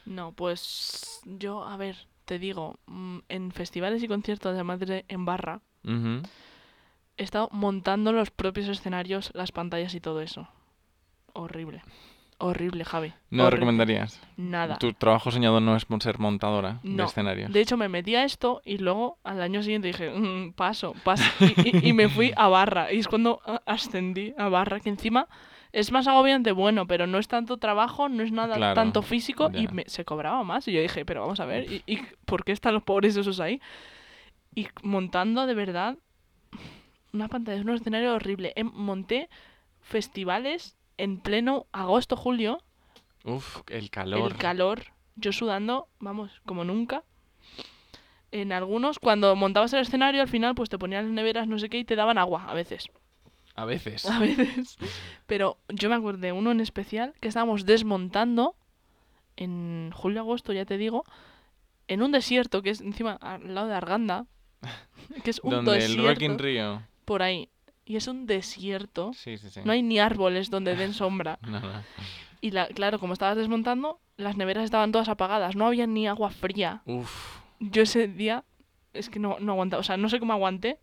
Speaker 1: No, pues yo, a ver, te digo, mm, en festivales y conciertos de madre en barra, he estado montando los propios escenarios, las pantallas y todo eso. Horrible. Horrible, Javi.
Speaker 2: No
Speaker 1: Horrible.
Speaker 2: recomendarías.
Speaker 1: Nada.
Speaker 2: Tu trabajo soñado no es mon- ser montadora de
Speaker 1: No.
Speaker 2: escenarios.
Speaker 1: De hecho, me metí a esto y luego al año siguiente dije, "Mm, paso, paso. Y, y- y me fui a barra. Y es cuando a- ascendí a barra, que encima es más agobiante, bueno, pero no es tanto trabajo, no es nada
Speaker 2: Claro,
Speaker 1: tanto físico y
Speaker 2: ya.
Speaker 1: me- se cobraba más. Y yo dije, pero vamos a ver, ¿y, y por qué están los pobres esos ahí? Y montando de verdad una pantalla, es un escenario horrible. Em- monté festivales en pleno agosto, julio,
Speaker 2: Uf, el calor.
Speaker 1: el calor, yo sudando, vamos, como nunca. En algunos, cuando montabas el escenario, al final pues te ponían las neveras, no sé qué, y te daban agua, a veces.
Speaker 2: A veces.
Speaker 1: A veces. Pero yo me acordé de uno en especial que estábamos desmontando en julio-agosto, ya te digo, en un desierto que es encima al lado de Arganda, que es un
Speaker 2: Donde el Rock in
Speaker 1: desierto
Speaker 2: Rio.
Speaker 1: por ahí. Y es un desierto.
Speaker 2: Sí, sí, sí.
Speaker 1: No hay ni árboles donde den sombra.
Speaker 2: No, no.
Speaker 1: Y la, claro, como estabas desmontando, las neveras estaban todas apagadas, no había ni agua fría.
Speaker 2: Uf.
Speaker 1: Yo ese día es que no, no aguantaba, o sea, no sé cómo aguanté,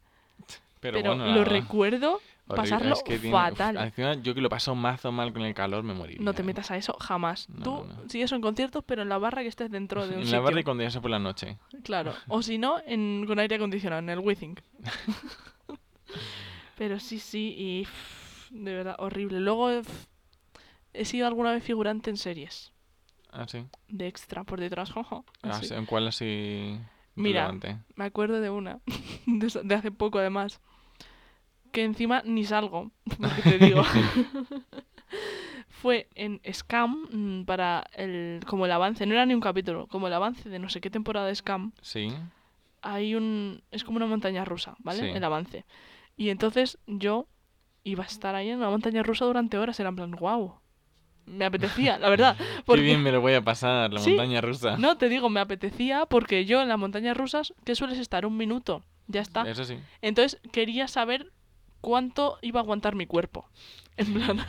Speaker 2: Pero,
Speaker 1: pero,
Speaker 2: bueno,
Speaker 1: lo
Speaker 2: nada.
Speaker 1: recuerdo.
Speaker 2: Horrible.
Speaker 1: pasarlo
Speaker 2: tiene- uf,
Speaker 1: fatal.
Speaker 2: al final, yo que lo paso mazo mal con el calor, me moriría.
Speaker 1: No te
Speaker 2: ¿eh?
Speaker 1: metas a eso jamás.
Speaker 2: No,
Speaker 1: Tú
Speaker 2: no.
Speaker 1: sí eso en conciertos, pero en la barra que estés dentro de un
Speaker 2: En
Speaker 1: sitio.
Speaker 2: la barra y cuando ya sea por la noche.
Speaker 1: Claro. O si no, en, con aire acondicionado, en el Withink. pero sí, sí, y pff, de verdad, horrible. Luego pff, he sido alguna vez figurante en series,
Speaker 2: Ah, sí.
Speaker 1: de extra, por detrás, jojo.
Speaker 2: Ah,
Speaker 1: así.
Speaker 2: sí, ¿En cuál así
Speaker 1: Mira.
Speaker 2: relevante?
Speaker 1: Me acuerdo de una, de, esa- de hace poco además, que encima ni salgo, porque te digo. Fue en Scam mm, para el, como el avance, no era ni un capítulo, como el avance de no sé qué temporada de Scam,
Speaker 2: Sí.
Speaker 1: hay un, es como una montaña rusa, ¿vale?
Speaker 2: Sí.
Speaker 1: El avance. Y entonces yo iba a estar ahí en la montaña rusa durante horas, era en plan, wow, me apetecía, la verdad.
Speaker 2: Qué
Speaker 1: porque-
Speaker 2: bien me lo voy a pasar, la
Speaker 1: Sí.
Speaker 2: montaña rusa.
Speaker 1: No, te digo, me apetecía porque yo en las montañas rusas, que sueles estar? Un minuto, ya está.
Speaker 2: Eso sí.
Speaker 1: Entonces quería saber cuánto iba a aguantar mi cuerpo. En plan,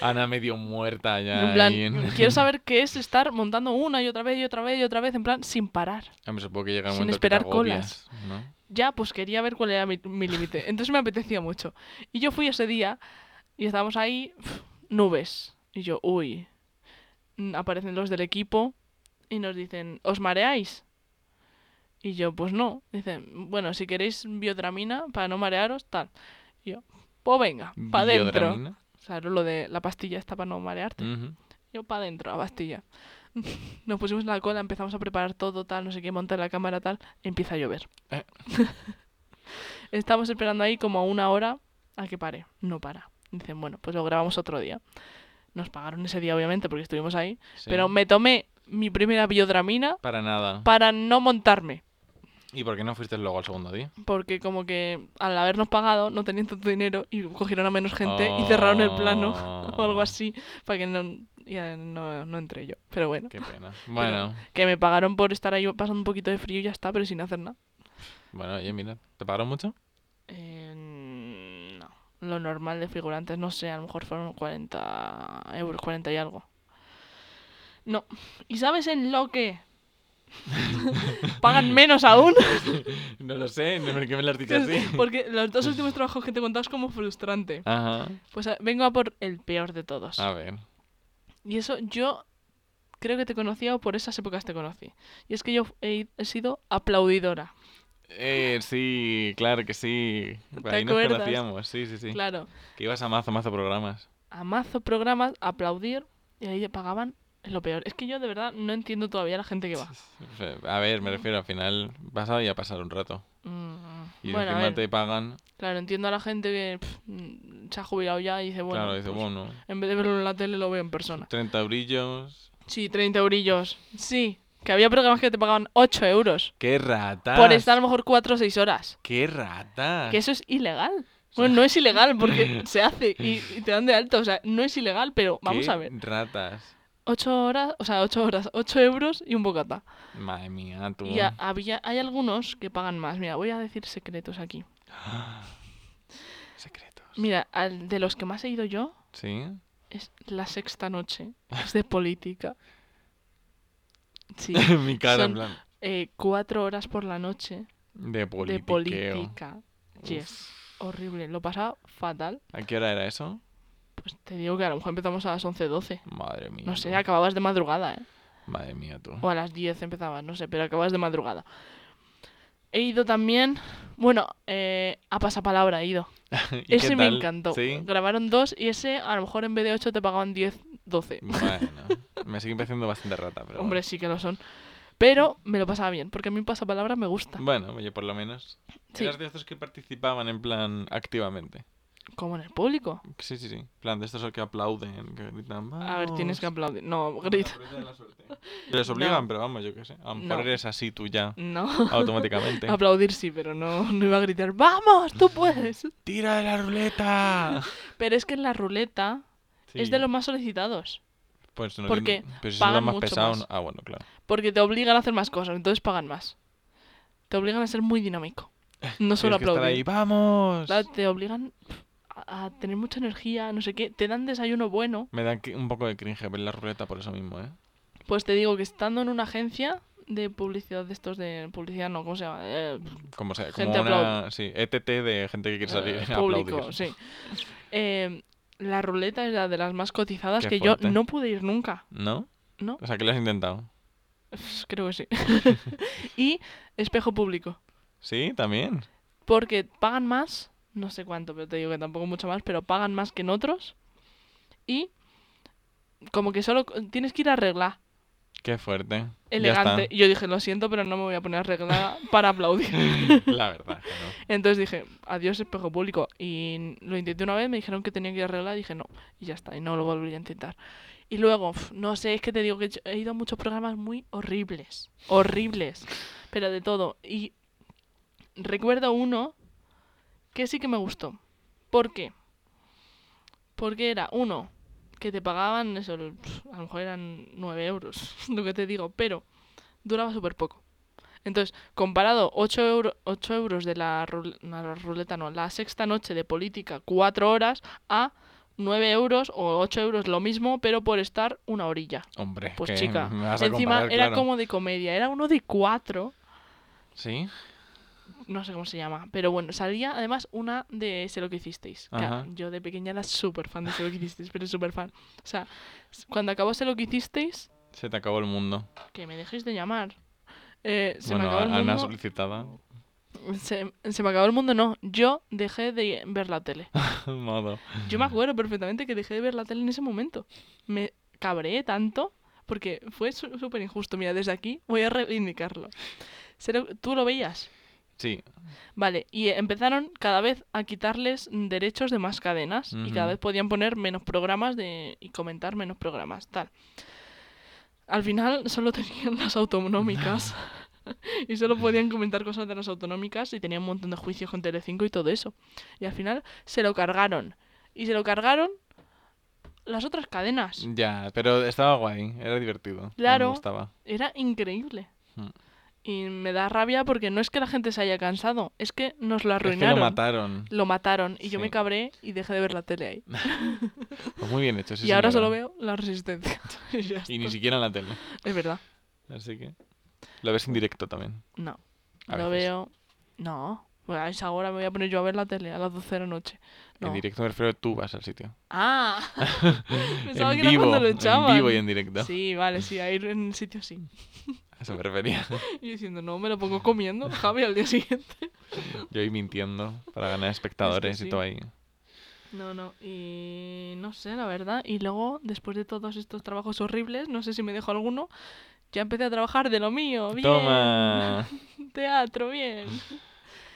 Speaker 2: Ana medio muerta ya.
Speaker 1: en plan,
Speaker 2: ahí en-
Speaker 1: quiero saber qué es estar montando una y otra vez y otra vez y otra vez, en plan, sin parar.
Speaker 2: Ah, me supongo que llega un
Speaker 1: sin
Speaker 2: momento
Speaker 1: esperar
Speaker 2: que te agobias, ¿no?
Speaker 1: Ya, pues quería ver cuál era mi mi límite. Entonces me apetecía mucho. Y yo fui ese día y estábamos ahí, pf, nubes. Y yo, uy. Mm, Aparecen los del equipo y nos dicen, ¿os mareáis? Y yo, pues no. Dicen, bueno, si queréis biodramina para no marearos, tal. Y yo, pues venga, para adentro.
Speaker 2: Biodramina.
Speaker 1: Claro, lo de la pastilla está para no marearte.
Speaker 2: Ujú.
Speaker 1: Yo para adentro, la pastilla. Nos pusimos la cola, empezamos a preparar todo, tal, no sé qué, montar la cámara, tal. Empieza a llover.
Speaker 2: Eh.
Speaker 1: Estamos esperando ahí como una hora a que pare. No para. Dicen, bueno, pues lo grabamos otro día. Nos pagaron ese día, obviamente, porque estuvimos ahí.
Speaker 2: Sí.
Speaker 1: Pero me tomé mi primera biodramina
Speaker 2: Para nada.
Speaker 1: para no montarme.
Speaker 2: ¿Y por qué no fuiste luego al segundo día?
Speaker 1: Porque como que al habernos pagado no tenían tanto dinero y cogieron a menos gente y cerraron el plano. o algo
Speaker 2: Oh,
Speaker 1: así, para que no, ya no, no entre yo. Pero bueno,
Speaker 2: Qué pena. Bueno,
Speaker 1: que me pagaron por estar ahí pasando un poquito de frío y ya está, pero sin hacer nada.
Speaker 2: bueno, oye, mira, ¿te pagaron mucho?
Speaker 1: Eh, no. Lo normal de figurantes, no sé, a lo mejor fueron 40 euros, 40 y algo. No. ¿Y sabes en lo que? Pagan menos aún.
Speaker 2: No lo sé, no me, que me lo has dicho así.
Speaker 1: Porque los dos últimos trabajos que te contaba es como frustrante.
Speaker 2: Ajá.
Speaker 1: Pues a- vengo a por el peor de todos.
Speaker 2: A ver.
Speaker 1: Y eso yo creo que te conocía o por esas épocas te conocí. Y es que yo he, he sido aplaudidora,
Speaker 2: Eh, sí, claro que sí. Por
Speaker 1: ¿Te
Speaker 2: ahí nos
Speaker 1: acuerdas?
Speaker 2: conocíamos, sí, sí, sí.
Speaker 1: claro.
Speaker 2: Que ibas a mazo, mazo programas.
Speaker 1: A mazo programas, aplaudir, y ahí te pagaban es lo peor. Es que yo de verdad no entiendo todavía la gente que va.
Speaker 2: A ver, me refiero, al final pasado y a pasar un rato.
Speaker 1: Mm,
Speaker 2: Y
Speaker 1: bueno, a
Speaker 2: encima
Speaker 1: ver,
Speaker 2: te pagan,
Speaker 1: claro, entiendo a la gente que pff, mm, se ha jubilado ya y dice, bueno,
Speaker 2: claro, dices,
Speaker 1: pues,
Speaker 2: bueno,
Speaker 1: en vez de verlo en la tele lo veo en persona.
Speaker 2: 30 brillos.
Speaker 1: Sí, 30 eurillos. Sí, que había programas que te pagaban 8 euros
Speaker 2: ¡Qué ratas!
Speaker 1: por estar a lo mejor 4 o 6 horas.
Speaker 2: ¡Qué ratas!
Speaker 1: Que eso es ilegal. Bueno, no es ilegal porque se hace y, y te dan de alto. O sea, no es ilegal, pero vamos
Speaker 2: ¡Qué
Speaker 1: a ver.
Speaker 2: ratas!
Speaker 1: 8 horas, o sea, 8 horas, 8 euros y un bocata.
Speaker 2: Madre mía, tú.
Speaker 1: Y a- había, hay algunos que pagan más. Mira, voy a decir secretos aquí.
Speaker 2: Secretos.
Speaker 1: Mira, al de los que más he ido yo
Speaker 2: ¿Sí?
Speaker 1: es La Sexta Noche. Es de política. Sí.
Speaker 2: Mi cara,
Speaker 1: Son
Speaker 2: en plan.
Speaker 1: eh, cuatro horas por la noche
Speaker 2: De
Speaker 1: de
Speaker 2: politiqueo.
Speaker 1: política. Yes.
Speaker 2: Uf.
Speaker 1: Horrible. Lo pasaba fatal.
Speaker 2: ¿A qué hora era eso?
Speaker 1: Pues te digo que a lo mejor empezamos a las 11, 12.
Speaker 2: Madre mía.
Speaker 1: No sé,
Speaker 2: tú.
Speaker 1: acababas de madrugada, ¿eh?
Speaker 2: Madre mía, tú.
Speaker 1: O a las 10 empezabas, no sé, pero acababas de madrugada. He ido también, bueno, eh, a pasapalabra he ido.
Speaker 2: ¿Y
Speaker 1: Ese
Speaker 2: qué
Speaker 1: me
Speaker 2: tal?
Speaker 1: encantó.
Speaker 2: ¿Sí?
Speaker 1: Grabaron dos y ese a lo mejor en vez de 8 te pagaban 10, 12.
Speaker 2: Bueno, me sigue pareciendo bastante rata, pero.
Speaker 1: Hombre, sí que lo son. Pero me lo pasaba bien, porque a mí un pasapalabra me gusta.
Speaker 2: Bueno, Bueno, oye, por lo menos.
Speaker 1: Sí.
Speaker 2: Eras de estos que participaban en plan activamente.
Speaker 1: Como en el público.
Speaker 2: Sí, sí, sí. En plan, de estos que aplauden, que gritan.
Speaker 1: A ver, tienes que
Speaker 2: "Vamos".
Speaker 1: aplaudir. No, grita.
Speaker 2: Bueno, pero es de la suerte. Les obligan,
Speaker 1: No.
Speaker 2: pero vamos, yo qué sé. A lo mejor
Speaker 1: No.
Speaker 2: eres así tú ya,
Speaker 1: No.
Speaker 2: automáticamente.
Speaker 1: Aplaudir sí, pero no, no iba a gritar, ¡vamos, tú puedes!
Speaker 2: ¡Tira de la ruleta!
Speaker 1: Pero es que en la ruleta es de
Speaker 2: Sí.
Speaker 1: los más solicitados,
Speaker 2: Pues no
Speaker 1: porque
Speaker 2: entiendo. Pero si son
Speaker 1: pagan
Speaker 2: los más
Speaker 1: mucho
Speaker 2: pesados.
Speaker 1: más.
Speaker 2: Ah, bueno, claro.
Speaker 1: porque te obligan a hacer más cosas, entonces pagan más. Te obligan a ser muy dinámico, no solo
Speaker 2: Tienes que estar ahí, pues.
Speaker 1: aplaudir.
Speaker 2: ¡vamos!
Speaker 1: Claro, te obligan pf, a, a tener mucha energía, no sé qué, te dan desayuno bueno.
Speaker 2: Me da que- un poco de cringe ver la ruleta por eso mismo, ¿eh?
Speaker 1: Pues te digo que estando en una agencia de publicidad de estos, de publicidad no, ¿cómo se llama? Eh,
Speaker 2: Como sea,
Speaker 1: Gente
Speaker 2: como una... Sí, ETT de gente que quiere salir
Speaker 1: eh,
Speaker 2: a
Speaker 1: público,
Speaker 2: aplaudir.
Speaker 1: sí. Eh, la ruleta es la de las más cotizadas que
Speaker 2: Qué
Speaker 1: yo
Speaker 2: fuerte.
Speaker 1: no pude ir nunca.
Speaker 2: ¿No?
Speaker 1: No.
Speaker 2: O sea, que lo has intentado.
Speaker 1: Pues Creo que sí. y espejo público.
Speaker 2: Sí, también.
Speaker 1: Porque pagan más, no sé cuánto, pero te digo que tampoco mucho más, pero pagan más que en otros. Y como que solo tienes que ir a arreglar.
Speaker 2: Qué fuerte.
Speaker 1: Elegante.
Speaker 2: Ya
Speaker 1: Y Yo dije, lo siento, pero no me voy a poner arreglada para aplaudir.
Speaker 2: está. La verdad, que no.
Speaker 1: Entonces dije, adiós espejo público. Y lo intenté una vez, me dijeron que tenía que ir a arreglar, dije no, y ya está, y no lo volví a intentar. Y luego, pf, no sé, es que te digo que yo he ido a muchos programas muy horribles, horribles, pero de todo. Y recuerdo uno que sí que me gustó. ¿Por qué? Porque era uno, que te pagaban, eso, el- pf, a lo mejor eran 9 euros, lo que te digo, pero duraba súper poco. Entonces, comparado 8, euro- 8 euros de la, rul- no, la ruleta, no, la sexta noche de política, 4 horas, a 9 euros o 8 euros lo mismo, pero por estar una orilla.
Speaker 2: Hombre,
Speaker 1: Pues
Speaker 2: que
Speaker 1: chica,
Speaker 2: me vas a
Speaker 1: encima
Speaker 2: comparar,
Speaker 1: era
Speaker 2: claro.
Speaker 1: como de comedia, era uno de 4,
Speaker 2: Sí,
Speaker 1: no sé cómo se llama, pero bueno, salía además una de Sé lo que hicisteis. que
Speaker 2: Ajá.
Speaker 1: yo de pequeña era súper fan de Sé lo que hicisteis, pero súper fan. O sea, s- cuando acabó Sé lo que hicisteis,
Speaker 2: se te acabó el mundo.
Speaker 1: que me dejéis de llamar. Eh, se
Speaker 2: bueno,
Speaker 1: me acabó el
Speaker 2: a- Ana
Speaker 1: mundo.
Speaker 2: solicitada.
Speaker 1: Se, se me acabó el mundo, no. Yo dejé de ver la tele.
Speaker 2: Modo.
Speaker 1: Yo me acuerdo perfectamente que dejé de ver la tele en ese momento. Me cabreé tanto porque fue su- súper injusto. Mira, desde aquí voy a reivindicarlo. Será- ¿Tú lo veías?
Speaker 2: Sí,
Speaker 1: Vale, y eh, empezaron cada vez a quitarles derechos de más cadenas y cada
Speaker 2: Ujú.
Speaker 1: vez podían poner menos programas de, y comentar menos programas, tal. Al final solo tenían las autonómicas y solo podían comentar cosas de las autonómicas y tenían un montón de juicios con Telecinco y todo eso. Y al final se lo cargaron y se lo cargaron las otras cadenas.
Speaker 2: ya, pero estaba guay, era divertido. a mí
Speaker 1: Claro.
Speaker 2: Me gustaba.
Speaker 1: Era increíble.
Speaker 2: Hmm.
Speaker 1: Y me da rabia porque no es que la gente se haya cansado, es que nos lo
Speaker 2: Es que lo
Speaker 1: arruinaron.
Speaker 2: mataron.
Speaker 1: Lo mataron y yo
Speaker 2: Sí.
Speaker 1: me cabré y dejé de ver la tele ahí.
Speaker 2: Pues muy bien hecho, sí.
Speaker 1: y ahora
Speaker 2: señora.
Speaker 1: solo veo la resistencia. Y ya
Speaker 2: Y ni
Speaker 1: está.
Speaker 2: siquiera en la tele.
Speaker 1: Es verdad.
Speaker 2: Así que. Lo ves en directo también.
Speaker 1: No.
Speaker 2: A
Speaker 1: Lo
Speaker 2: veces.
Speaker 1: veo. No. Pues a esa hora me voy a poner yo a ver la tele a las 12 de la noche. No.
Speaker 2: En directo me refiero tú vas al sitio.
Speaker 1: Ah. Pensaba
Speaker 2: en
Speaker 1: que era
Speaker 2: vivo.
Speaker 1: cuando lo
Speaker 2: En
Speaker 1: echaban.
Speaker 2: vivo y en directo.
Speaker 1: Sí, vale, sí, a ir en el sitio sí.
Speaker 2: A eso me refería.
Speaker 1: Y yo diciendo, no, me lo pongo comiendo, Javi, al día siguiente.
Speaker 2: Yo ahí mintiendo para ganar espectadores
Speaker 1: sí.
Speaker 2: y todo ahí.
Speaker 1: No, no, y no sé, la verdad. Y luego, después de todos estos trabajos horribles, no sé si me dejo alguno, ya empecé a trabajar de lo mío. Oh, Bien.
Speaker 2: ¡Toma!
Speaker 1: Teatro, bien.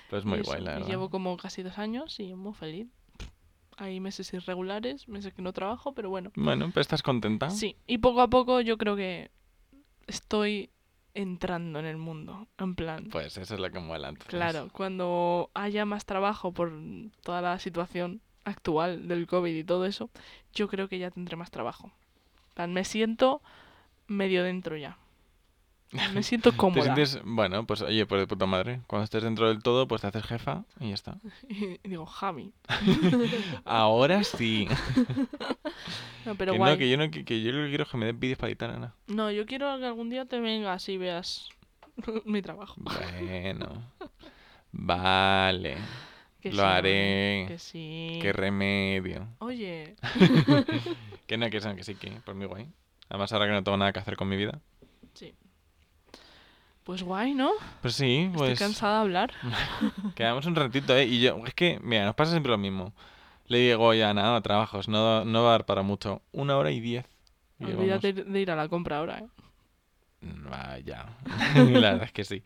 Speaker 2: Pues muy
Speaker 1: Y eso,
Speaker 2: guay, la
Speaker 1: y
Speaker 2: verdad.
Speaker 1: Llevo como casi dos años y muy feliz. Hay meses irregulares, meses que no trabajo, pero bueno.
Speaker 2: Bueno, pero estás contenta.
Speaker 1: Sí, y poco a poco yo creo que estoy entrando en el mundo, en plan.
Speaker 2: Pues eso es lo que mola. entonces.
Speaker 1: Claro, cuando haya más trabajo por toda la situación actual del COVID y todo eso, yo creo que ya tendré más trabajo. plan, me siento medio dentro ya. Me siento
Speaker 2: ¿Te
Speaker 1: cómoda.
Speaker 2: sientes, bueno, pues oye, pues de puta madre. Cuando estés dentro del todo, pues te haces jefa y ya está.
Speaker 1: Y digo, Jami.
Speaker 2: Ahora sí.
Speaker 1: No, pero
Speaker 2: que
Speaker 1: guay.
Speaker 2: no, que yo no que, que yo lo que quiero es que me des vídeos para editar, Ana.
Speaker 1: No, yo quiero que algún día te vengas y veas mi trabajo.
Speaker 2: Bueno. Vale.
Speaker 1: Que
Speaker 2: Lo
Speaker 1: sí,
Speaker 2: haré.
Speaker 1: Que sí.
Speaker 2: Qué remedio.
Speaker 1: Oye,
Speaker 2: Que no, que sí, que sí, que por mí guay. Además, ahora que no tengo nada que hacer con mi vida.
Speaker 1: pues guay, ¿no?
Speaker 2: Pues sí,
Speaker 1: Estoy
Speaker 2: pues.
Speaker 1: cansada de hablar.
Speaker 2: Quedamos un ratito, ¿eh? Y yo, es que, mira, nos pasa siempre lo mismo. Le digo ya, nada, trabajos, no, no va a dar para mucho. Una hora y diez. Y yo,
Speaker 1: Olvídate de ir a la compra ahora, ¿eh?
Speaker 2: vamos, "Ah, ya. La verdad es que sí.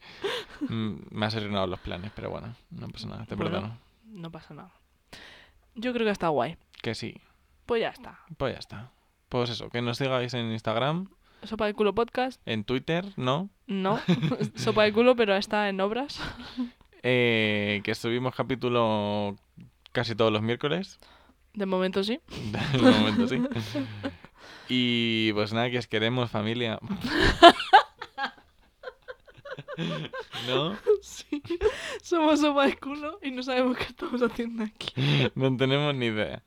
Speaker 2: Mm, Me has arruinado los planes, pero bueno, no pasa nada, te
Speaker 1: Bueno.
Speaker 2: perdono.
Speaker 1: No pasa nada. Yo creo que está guay.
Speaker 2: Que sí,
Speaker 1: Pues ya está.
Speaker 2: pues ya está. Pues eso, que nos sigáis en Instagram,
Speaker 1: Sopa de culo podcast,
Speaker 2: en Twitter, ¿no?
Speaker 1: no. Sopa de culo, pero está en obras.
Speaker 2: Eh, que subimos capítulo casi todos los miércoles.
Speaker 1: De momento sí.
Speaker 2: De momento sí. Y pues nada, que os queremos, familia. ¿No?
Speaker 1: Sí. Somos sopa de culo y no sabemos qué estamos haciendo aquí.
Speaker 2: No tenemos ni idea.